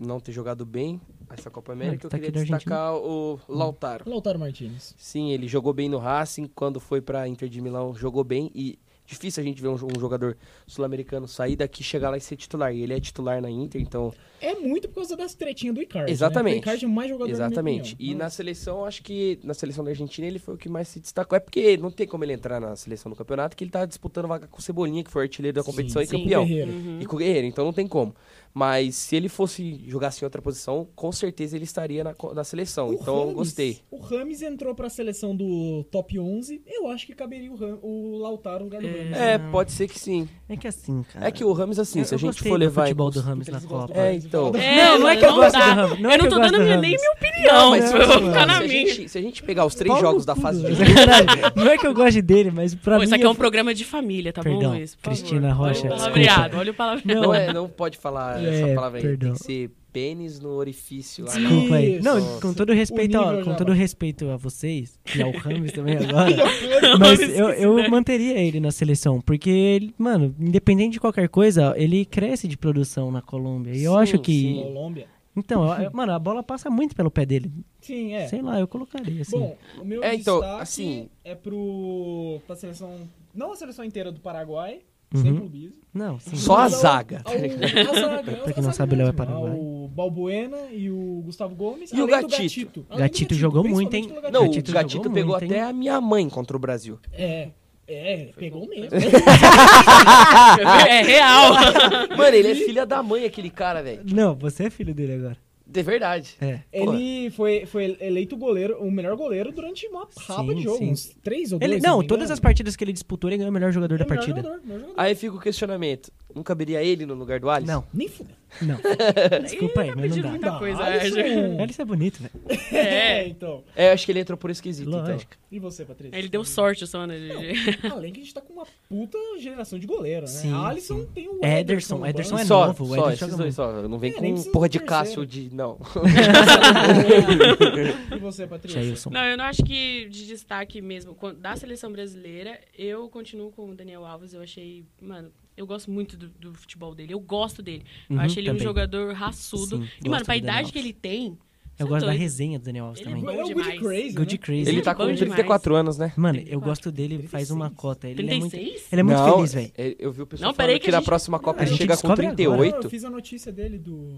S3: não ter jogado bem essa Copa América, eu
S4: destaque
S3: queria
S4: tá da Argentina. Hum.
S3: destacar o Lautaro.
S2: Lautaro Martins.
S3: Sim, ele jogou bem no Racing, quando foi pra Inter de Milão jogou bem e Difícil a gente ver um, jo- um jogador sul-americano sair daqui, chegar lá e ser titular. E ele é titular na Inter, então.
S2: É muito por causa das tretinhas do Icardi.
S3: Exatamente.
S2: Né? Porque O Icardi é mais jogador
S3: Exatamente.
S2: Na minha
S3: E
S2: opinião.
S3: na seleção, acho que na seleção da Argentina ele foi o que mais se destacou. É porque não tem como ele entrar na seleção do campeonato, que ele tá disputando vaga com o Cebolinha, que foi artilheiro da competição e
S1: sim.
S3: campeão.
S2: Guerreiro.
S3: E com o Guerreiro, então não tem como. Mas se ele fosse jogasse em outra posição, com certeza ele estaria na, co- na seleção.
S2: O
S3: então eu
S2: Rames-
S3: gostei.
S2: O Rames entrou pra seleção do top 11. Eu acho que caberia o, Ram, o Lautaro no lugar do Rames.
S3: É, pode ser que sim.
S4: É que assim, cara.
S3: É que o Rames, assim,
S4: eu-
S3: se a
S4: eu
S3: gente
S4: gostei
S3: for
S4: do
S3: levar. em
S4: futebol do
S3: cons-
S4: Ramos na
S2: eles gostam.
S4: Copa.
S3: É, então.
S1: É,
S4: não é
S1: mas
S4: que eu
S1: não
S4: gosto
S1: dá.
S4: do Ramos, não
S1: eu
S4: é
S1: não
S4: que eu
S1: tô
S4: gosto
S1: dando
S4: do
S1: minha-
S4: Ramos.
S1: nem minha opinião,
S4: mas-
S1: isso vai ficar na
S3: se, a
S1: minha.
S3: gente, se a gente pegar os três
S4: Pau no
S3: jogos da
S4: cu
S3: fase
S4: do-
S3: de
S4: Caralho, Não é que eu goste dele, mas pra
S1: Pô,
S4: mim.
S1: isso aqui é
S4: eu-
S1: um programa de família, tá
S4: Perdão,
S1: bom, Luiz? Por
S4: Cristina
S1: favor.
S4: Rocha,
S1: Olha o
S4: desculpa.
S1: palavreado, olha o palavreado.
S3: Não, é, não pode falar essa
S4: É,
S3: palavra aí.
S4: perdão.
S3: Tem que ser pênis no orifício. lá. né?
S4: Desculpa aí.
S2: Isso.
S4: Não, com todo respeito,
S2: O
S4: ó,
S2: nível
S4: com
S2: já
S4: todo
S2: vai.
S4: respeito a vocês, e ao Rames também agora.
S1: Eu
S4: Mas
S1: esqueci,
S4: eu, eu
S1: né?
S4: manteria ele na seleção, porque ele, mano, independente de qualquer coisa, ele cresce de produção na Colômbia. E eu
S3: Sim,
S4: acho que.
S3: sim.
S2: Colômbia.
S4: Então, eu- eu- mano, a bola passa muito pelo pé dele.
S2: Sim, é.
S4: Sei lá, eu colocaria assim.
S2: Bom, o meu
S3: É, então,
S2: destaque
S3: assim-
S2: é pro, pra seleção... Não a seleção inteira do Paraguai,
S4: Uhum.
S2: sem clubismo.
S4: Não, Tá sim.
S3: Só a
S2: Mas ao-
S3: zaga.
S2: ao- a zaga,
S4: Pra quem
S2: a zaga
S4: não sabe, ele é
S2: mesmo.
S4: Paraguai.
S2: O Balbuena e o Gustavo Gomes.
S3: E o
S2: além do
S3: Gatito.
S2: Gatito. Além do
S4: Gatito jogou muito,
S2: principalmente pelo
S4: hein?
S3: Não, o
S4: Gatito
S3: Gatito,
S4: jogou
S3: pegou
S4: muito,
S3: até
S4: hein?
S3: a minha mãe contra o Brasil.
S2: É, é, pegou mesmo.
S4: Ah,
S1: É real.
S3: Mano, ele é filha da mãe, aquele cara, velho.
S4: Não, você é filho dele agora.
S3: De verdade.
S4: É.
S2: Ele foi, foi eleito goleiro, o melhor goleiro durante uma rapa
S4: Sim,
S2: de jogo.
S4: sim.
S2: Uns três ou dois.
S4: Ele,
S2: se
S4: não,
S2: me
S4: todas
S2: engano.
S4: as partidas que ele disputou, ele ganhou o melhor jogador
S2: É
S4: da
S2: o melhor
S4: partida.
S2: jogador, melhor jogador.
S3: Aí fica o questionamento. Não caberia ele no lugar do Alisson?
S4: Não,
S2: Nem fudeu.
S4: não. Desculpa aí,
S1: Ih, tá
S4: mas não
S1: pedindo
S4: dá.
S1: muita coisa,
S2: Alisson.
S1: acho.
S4: Ele é bonito, velho.
S2: É, então.
S3: É, acho que ele entrou por esquisito, então.
S4: Lógico.
S2: E você, Patrícia?
S1: Ele deu sorte só, né? de-
S2: Além que a gente tá com uma puta geração de goleiro, né?
S4: Sim,
S2: Alisson
S4: sim.
S2: tem o
S4: Ederson,
S2: Ederson. no
S4: Ederson
S2: banco.
S4: é
S3: só,
S4: novo, o
S3: só,
S4: Ederson
S3: esses
S4: joga
S3: dois só. Não vem
S2: É, nem
S3: com
S2: precisa
S3: porra
S2: do
S3: de
S2: terceiro.
S3: Cássio de. Não.
S4: um
S2: E você, Patrícia?
S4: Jailson.
S1: Não, eu não acho que de destaque mesmo. quan- Da seleção brasileira, eu continuo com o Daniel Alves. Eu achei. Mano, eu gosto muito do, do futebol dele. Eu gosto dele.
S4: Uhum,
S1: eu acho ele
S4: também.
S1: um jogador raçudo.
S4: Sim,
S1: e,
S4: gosto
S1: mano, pra
S4: do
S1: idade
S4: Daniel
S1: que ele
S4: Alves.
S1: tem.
S4: Eu
S1: você
S4: gosto
S1: é
S4: da
S1: doido.
S4: resenha do Daniel Alves
S1: Ele é
S4: também.
S1: bom.
S2: É o Good
S1: demais.
S2: Crazy.
S4: Good
S2: né?
S4: Crazy.
S3: ele
S1: é
S3: tá
S1: bom
S3: com
S1: demais.
S3: 34 anos, né?
S4: Mano, eu
S1: 34.
S4: gosto dele, faz uma cota. Ele é muito,
S1: 36?
S4: ele é muito
S3: Não,
S4: feliz, velho.
S3: é- Eu vi o pessoal
S1: Não,
S3: falando
S1: peraí
S3: que,
S1: que a
S3: na
S1: gente-
S3: próxima Copa
S4: a
S3: ele
S4: gente
S3: chega com
S4: descobre agora.
S2: Não, eu
S3: 38.
S2: fiz a notícia dele do.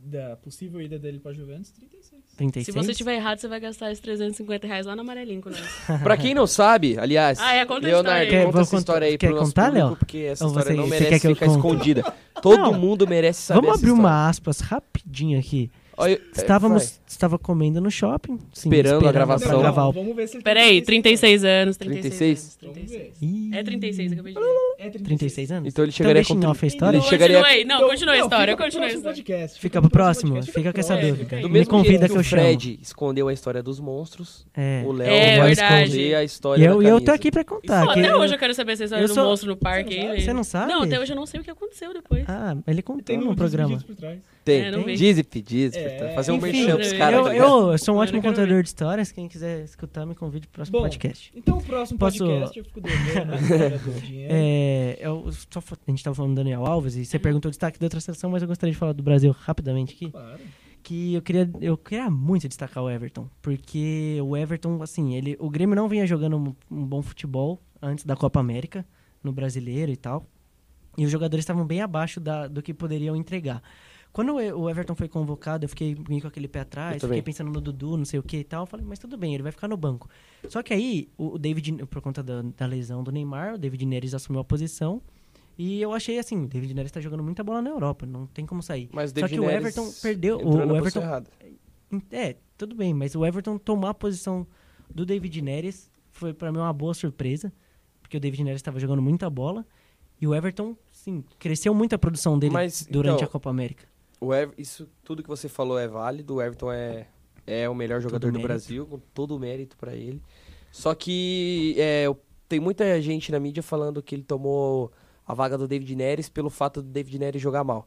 S2: Da possível ida dele pra Juventus, 36.
S4: 36?
S1: Se você tiver errado, você vai gastar esses 350 reais lá no amarelinho com nós.
S3: pra quem não sabe, aliás,
S1: Ah, é, conta a
S3: Leonardo,
S1: história aí.
S3: conta
S4: Quer-
S3: essa
S4: vou
S3: história aí pro
S4: contar- quer
S3: nosso
S4: contar,
S3: público,
S4: Léo?
S3: porque essa
S4: Ou
S3: história
S4: você-
S3: não
S4: você
S3: merece
S4: quer que eu
S3: ficar
S4: conte?
S3: escondida. Todo
S4: Não.
S3: mundo merece saber
S4: Vamos
S3: essa
S4: abrir
S3: história.
S4: uma aspas rapidinho aqui.
S3: Olha, é, vai.
S4: Estávamos, estava comendo no shopping, sim,
S3: Esperando a gravação.
S4: Pra gravar o...
S2: vamos ver se ele tem
S1: Peraí, 36 anos, 36,
S3: 36?
S1: anos.
S2: Vamos
S1: 36.
S2: ver.
S4: Ih,
S1: É 36, acabei de ver.
S2: É
S4: 36 anos?
S3: Então ele chegaria
S4: então
S3: com
S4: deixa em off a história.
S3: Ele chegaria-
S1: Continua aí, não, continua a história,
S2: Então, fica pro
S1: continua a
S2: próximo
S1: história.
S2: podcast.
S4: Fica pro próximo, fica com essa
S2: próximo. É,
S4: dúvida. Do
S3: Do
S2: fica
S4: Me
S2: aí.
S3: mesmo
S4: convida
S3: jeito
S4: que
S3: que,
S4: eu
S3: o
S4: chamo.
S3: Fred escondeu a história dos monstros,
S4: É.
S3: o Léo
S1: É,
S3: vai
S1: verdade.
S3: esconder a
S4: E
S3: história
S4: eu,
S3: da
S4: e eu tô
S3: camisa.
S4: aqui pra contar.
S1: Pô,
S4: Tá, que
S1: até
S4: eu-
S1: hoje eu quero saber essa história
S4: eu
S1: do
S4: sou-
S1: monstro no parque.
S2: Você não
S1: aí,
S2: sabe?
S1: né?
S4: Você não sabe?
S1: Não, até hoje eu não sei o que aconteceu depois.
S4: Ah, ele contou
S2: Tem
S4: no
S2: um
S4: programa.
S2: programa. Por trás.
S3: Tem,
S1: É, não vi.
S3: diz e pedir,
S2: É.
S3: fazer um
S2: Enfim,
S3: merchan pros
S1: eu-
S3: caras.
S4: eu,
S3: tá ligado?
S4: eu sou um
S1: Eu
S4: ótimo
S1: quero ver.
S4: contador de histórias. Quem quiser escutar, me convide pro próximo
S2: Bom,
S4: podcast.
S2: Então, o próximo
S4: Posso-
S2: podcast eu fico devendo a história do dinheiro.
S4: É, eu só fa- a gente tava falando do Daniel Alves e você perguntou o destaque da outra seleção, mas eu gostaria de falar do Brasil rapidamente aqui.
S2: Claro.
S4: Que eu queria, eu queria muito destacar o Everton, porque o Everton, assim, ele, o Grêmio não vinha jogando um, um bom futebol antes da Copa América, no brasileiro e tal. E os jogadores estavam bem abaixo da- do que poderiam entregar. Quando o E- o Everton foi convocado, eu fiquei meio com aquele pé atrás,
S3: Eu
S4: fiquei
S3: também.
S4: pensando no Dudu, não sei o que e tal. Eu Falei, mas tudo bem, ele vai ficar no banco. Só que aí, o o David, por conta da, da lesão do Neymar, o David Neres assumiu a posição. E eu achei assim, o David Neres tá jogando muita bola na Europa, não tem como sair.
S3: Mas
S4: Só
S3: David
S4: que o
S3: Neres
S4: Everton perdeu.
S3: entrou na
S4: O, o
S3: posição
S4: Everton.
S3: errada.
S4: É, tudo bem, mas o Everton tomar a posição do David Neres foi pra mim uma boa surpresa, porque o David Neres estava jogando muita bola e o Everton, sim, cresceu muito a produção dele
S3: Mas,
S4: durante
S3: então,
S4: a Copa América.
S3: O Ever- Isso tudo que você falou é válido. O Everton é, é o melhor jogador do
S4: mérito.
S3: Brasil, com todo o mérito pra ele. Só que é, eu- tem muita gente na mídia falando que ele tomou a vaga do David Neres pelo fato do David Neres jogar mal.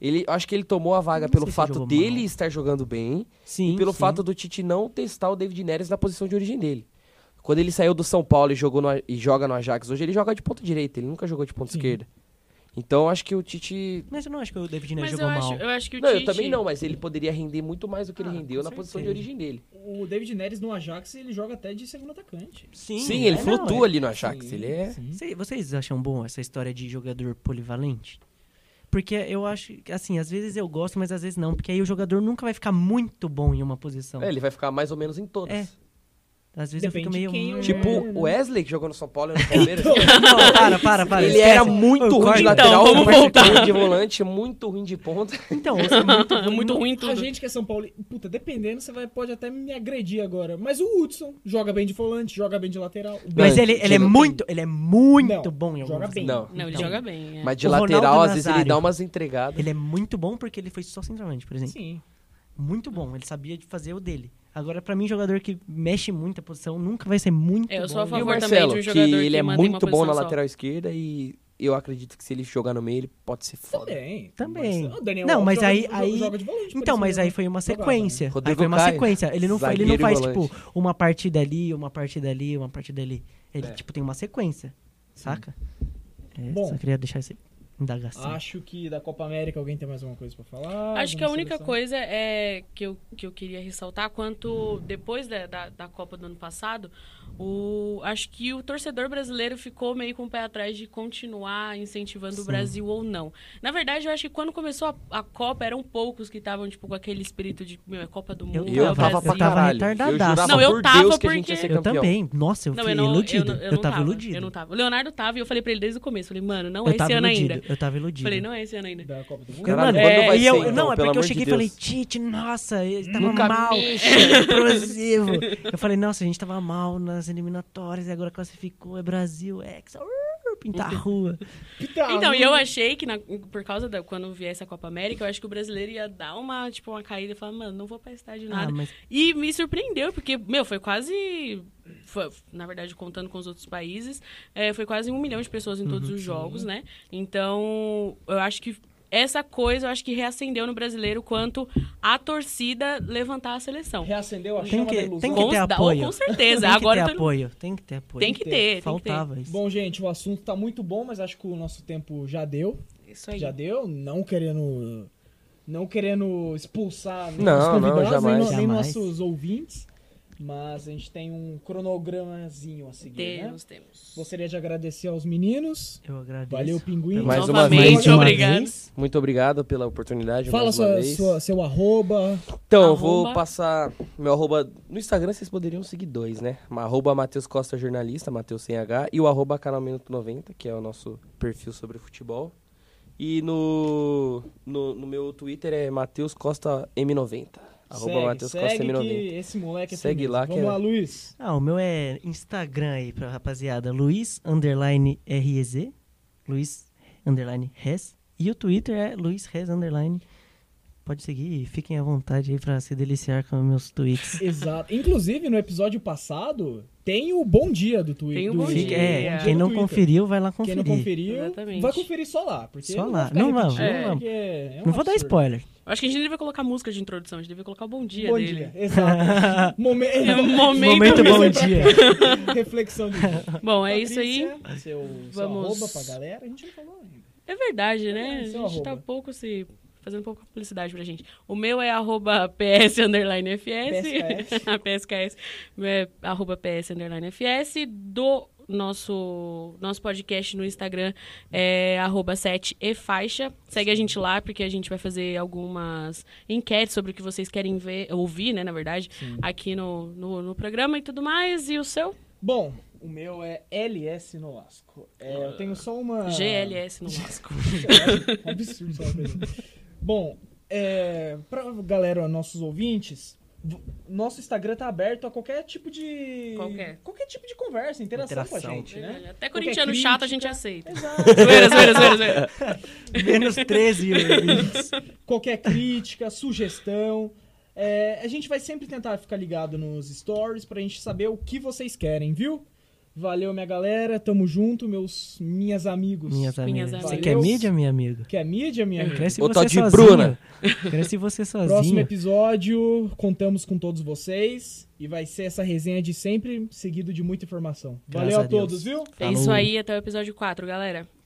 S3: Ele, acho que ele tomou a vaga
S4: Não
S3: pelo
S4: sei se
S3: fato
S4: jogou
S3: dele
S4: mal.
S3: estar jogando bem
S4: Sim.
S3: e pelo
S4: sim.
S3: fato do Tite não testar o David Neres na posição de origem dele. Quando ele saiu do São Paulo e, jogou no A- e joga no Ajax hoje, ele joga de ponta direita, ele nunca jogou de ponta
S2: Sim.
S3: esquerda. Então eu acho que o Tite.
S4: Mas eu não acho que o David Neres
S1: Mas
S4: jogou
S1: eu
S4: mal.
S1: acho, eu acho que o
S3: Não,
S1: Tite...
S3: eu também não, mas ele poderia render muito mais do que
S4: Ah,
S3: ele rendeu
S4: com
S3: na posição de
S4: certeza.
S3: origem dele.
S2: O David Neres no Ajax, ele joga até de segundo atacante.
S4: Sim,
S3: Sim, ele
S4: é, não,
S3: flutua
S4: é-
S3: ali no Ajax. ele é.
S2: Sim.
S4: Cê- Vocês acham bom essa história de jogador polivalente? Porque eu acho que, assim, às vezes eu gosto, mas às vezes não. Porque aí o jogador nunca vai ficar muito bom em uma posição.
S3: É, ele vai ficar mais ou menos em todas.
S4: então. É. Às vezes eu
S2: Depende de
S4: fico meio.
S2: quem é o
S3: Tipo,
S2: Hum.
S3: o Wesley, que jogou no São Paulo e
S4: Então,
S3: no Palmeiras.
S4: Não, para, para, para.
S3: ele
S4: esquece.
S3: era muito
S4: Ô,
S3: ruim de
S4: corta.
S3: lateral,
S1: Então, vamos
S3: muito ruim
S1: voltar.
S3: de volante, muito ruim de ponta.
S4: Então, você é muito
S1: É muito ruim tudo.
S2: A gente que é São Paulo, puta, dependendo, você vai, pode até me agredir agora. Mas o Hudson joga bem de volante, joga bem de lateral.
S4: Mas
S3: Não,
S4: ele, ele é
S3: joga
S4: muito, ele é muito
S2: Não,
S4: bom em
S2: joga
S4: algumas
S2: bem.
S3: Não.
S1: Não, ele
S4: Então.
S1: joga bem. é.
S3: Mas de
S4: O Ronaldo
S3: lateral, às vezes ele
S4: Nazário.
S3: dá umas entregadas.
S4: Ele é muito bom porque ele foi só centroavante, por exemplo.
S2: Sim.
S4: Muito bom, ele sabia de fazer o dele. Agora, pra mim, jogador que mexe muito a posição nunca vai ser muito
S1: É, eu
S4: bom.
S1: sou a
S4: em
S1: favor
S3: E
S1: também
S3: o Marcelo,
S1: de um
S3: que
S1: jogador
S3: ele
S1: que
S3: é
S1: mantém uma
S3: muito bom na
S1: posição só.
S3: lateral esquerda e eu acredito que se ele jogar no meio, ele pode ser foda.
S2: Também.
S4: Também.
S2: Mas, o Daniel
S4: Não,
S2: Alves
S4: mas
S2: joga-
S4: aí-
S2: joga-
S4: aí-
S2: joga de volante, por
S4: Então,
S2: isso
S4: mas
S2: mesmo.
S4: aí foi uma
S2: Jogava,
S4: sequência.
S3: Rodrigo
S4: aí foi uma
S3: Caio,
S4: sequência. Ele não, fa- ele não
S3: zagueiro e
S4: faz,
S3: volante.
S4: tipo, uma partida ali, uma partida ali, uma partida ali. Ele,
S3: É.
S4: tipo, tem uma sequência. Saca? É,
S2: Bom. Ah,
S4: só queria deixar assim. essa indagação.
S2: Acho que da Copa América alguém tem mais alguma coisa pra falar?
S1: Acho que a
S2: Alguma
S1: única
S2: seleção?
S1: coisa é que eu, que eu queria ressaltar quanto depois da, da, da Copa do ano passado, o, acho que o torcedor brasileiro ficou meio com o pé atrás de continuar incentivando o
S4: Sim.
S1: Brasil ou não. Na verdade, eu acho que quando começou a, a Copa, eram poucos que estavam tipo, com aquele espírito de meu, é Copa do Mundo,
S4: Eu
S1: é o
S3: Eu tava
S4: tava-
S1: Brasil.
S3: pra
S4: eu tava
S3: caralho. Eu
S4: retardadaço.
S3: jurava
S1: Não, eu
S3: por
S1: tava
S3: Deus que a gente ia
S1: porque-
S3: ser
S4: eu
S3: campeão.
S4: também. Nossa, eu
S1: Não,
S4: fiquei
S1: eu não, Eu,
S4: iludido. Eu,
S1: não- eu não
S4: tava
S1: tava
S4: iludido.
S1: Eu não tava. O Leonardo tava e eu falei pra ele desde o começo. Falei, mano, não
S4: Eu
S1: é esse
S4: tava
S1: ano
S4: iludido,
S1: ainda.
S4: Eu tava iludido.
S1: Falei, não é esse ano ainda.
S2: Da Copa do Mundo?
S3: Caralho,
S4: Mano,
S3: quando
S1: é,
S3: vai
S4: e
S3: ser,
S4: eu,
S3: então,
S4: não,
S3: pelo
S4: é porque eu
S3: amor de
S4: cheguei e
S3: Deus?
S4: falei, Tite, nossa, ele tava
S3: Nunca
S4: mal,
S3: mexa.
S4: explosivo. eu falei, nossa, a gente tava mal nas eliminatórias e agora classificou, é Brasil, é Hexa, uh, pintar a rua. Tá,
S1: Então,
S2: Tá,
S1: e eu
S4: é.
S1: achei que na- por causa da quando viesse a Copa América, eu acho que o brasileiro ia dar uma, tipo, uma caída e falar, mano, não vou pra estádio
S4: Ah,
S1: nada.
S4: mas
S1: E me surpreendeu, porque, meu, foi quase. foi- na verdade, contando com os outros países, eh, foi quase um milhão de pessoas em
S4: Uhum,
S1: todos os jogos, né? Então, eu acho que essa coisa, eu acho que reacendeu no brasileiro quanto a torcida levantar a seleção.
S2: Reacendeu a
S4: Tem
S2: chama
S4: que-
S2: da ilusão.
S4: tem
S1: Com-
S4: que ter
S1: da-
S4: apoio.
S1: Com certeza.
S4: tem que
S1: Agora
S4: ter
S1: eu tô-
S4: apoio, tem que ter apoio.
S1: tem que ter. tem que ter.
S4: Faltava isso.
S2: Bom, gente, o assunto tá muito bom, mas acho que o nosso tempo já deu.
S1: Isso aí.
S2: Já deu, não querendo não querendo expulsar nem
S3: Não,
S2: os
S3: não,
S2: convidados, nem,
S3: jamais.
S2: no- nem
S4: Jamais.
S2: nossos ouvintes, mas a gente tem um cronogramazinho a seguir, né?
S1: Temos, temos.
S2: Gostaria de agradecer aos meninos.
S4: Eu agradeço.
S2: Valeu, Pinguim.
S4: Pelo-
S3: Mais uma
S1: Novamente,
S3: vez.
S1: obrigado.
S4: vez.
S3: Muito obrigado pela oportunidade.
S2: Fala
S3: mais uma
S2: sua,
S3: vez.
S2: sua- seu arroba.
S3: Então, eu
S1: Arroba.
S3: vou passar meu arroba. No Instagram vocês poderiam seguir dois, né? Uma Arroba Matheus Costa Jornalista, Matheus sem H, e o arroba Canal Minuto 90, que é o nosso perfil sobre futebol. E no, no, no meu Twitter é Matheus Costa M90. Arroba
S2: segue,
S3: Matheus
S2: segue
S3: Costa
S2: que
S3: M90.
S2: esse moleque é
S3: Segue
S2: firmeza.
S3: lá que
S2: Vamos
S3: é-
S2: lá, Luiz.
S4: Ah, o meu é Instagram aí pra rapaziada, Luiz, underline, REZ, Luiz, underline, Rez, e o Twitter é Luiz, Rez, underline, pode seguir e fiquem à vontade aí pra se deliciar com meus tweets.
S2: Exato. Inclusive, no episódio passado, tem o bom dia do Twitter.
S1: Tem o
S2: do-
S1: bom
S2: do-
S1: dia.
S4: Fica-
S1: Sim,
S4: é,
S1: é.
S4: quem não
S2: do Twitter.
S4: conferiu, vai lá
S2: Quem
S4: conferir.
S2: não
S4: não,
S2: conferiu,
S1: Exatamente.
S2: vai conferir só lá. Porque
S4: Só
S2: não
S4: lá.
S2: vai ficar
S4: Não vamos,
S2: repetindo,
S1: não vamos.
S2: porque é um
S4: vou dar
S2: absurdo.
S4: spoiler.
S1: Acho que a gente não devia colocar música de introdução, a gente devia colocar o bom dia
S2: bom
S1: dele.
S2: dia, exato. Momento,
S1: É um momento,
S4: Momento
S1: bom.
S4: bom dia.
S2: reflexão do dia.
S1: Bom, é isso aí.
S2: Patrícia, Seu, seu
S1: Vamos-
S2: arroba pra galera, a gente não falou ainda.
S1: É verdade, né?
S2: É,
S1: A
S2: seu
S1: gente tá
S2: arroba.
S1: pouco se. fazendo pouca publicidade pra gente. O meu é arroba PS underline FS.
S2: PSKS.
S1: A PSKS. É arroba PS underline FS. Do nosso, nosso podcast no Instagram é arroba 7 e faixa. Segue a gente lá, porque a gente vai fazer algumas enquetes sobre o que vocês querem ver, ouvir, né, na verdade, aqui no, no, no programa e tudo mais. E o seu?
S2: Bom, o meu é LS Nolasco. É, eu tenho só uma...
S1: GLS no Vasco.
S2: Um absurdo. falar pra ele. Bom, é, pra galera, nossos ouvintes, v- nosso Instagram tá aberto a qualquer tipo de.
S1: Qualquer.
S2: tipo de conversa, interação, com a
S4: Interação.
S2: gente, né?
S1: Até
S2: Qualquer
S1: corintiano
S2: crítica.
S1: chato a gente aceita.
S2: Exato.
S1: Zoeira, zoeira, zoeira, zoeira.
S4: Menos 13 ouvintes.
S2: Qualquer crítica, sugestão. É, a gente vai sempre tentar ficar ligado nos stories pra gente saber o que vocês querem, viu? Valeu, minha galera. Tamo junto, meus minhas amigos.
S4: Minhas amigas.
S1: amigas.
S4: Você quer mídia, minha amiga?
S2: Que é mídia, minha amiga.
S4: Cresce
S3: Ô,
S4: você
S3: tal de
S4: sozinho.
S3: Bruna.
S4: Cresce você
S2: Próximo
S4: sozinho.
S2: episódio, contamos com todos vocês e vai ser essa resenha de sempre, seguido de muita informação.
S4: Graças
S2: Valeu a
S4: a Deus.
S2: todos, viu?
S1: É
S4: Falou.
S1: isso aí, até o episódio 4, galera.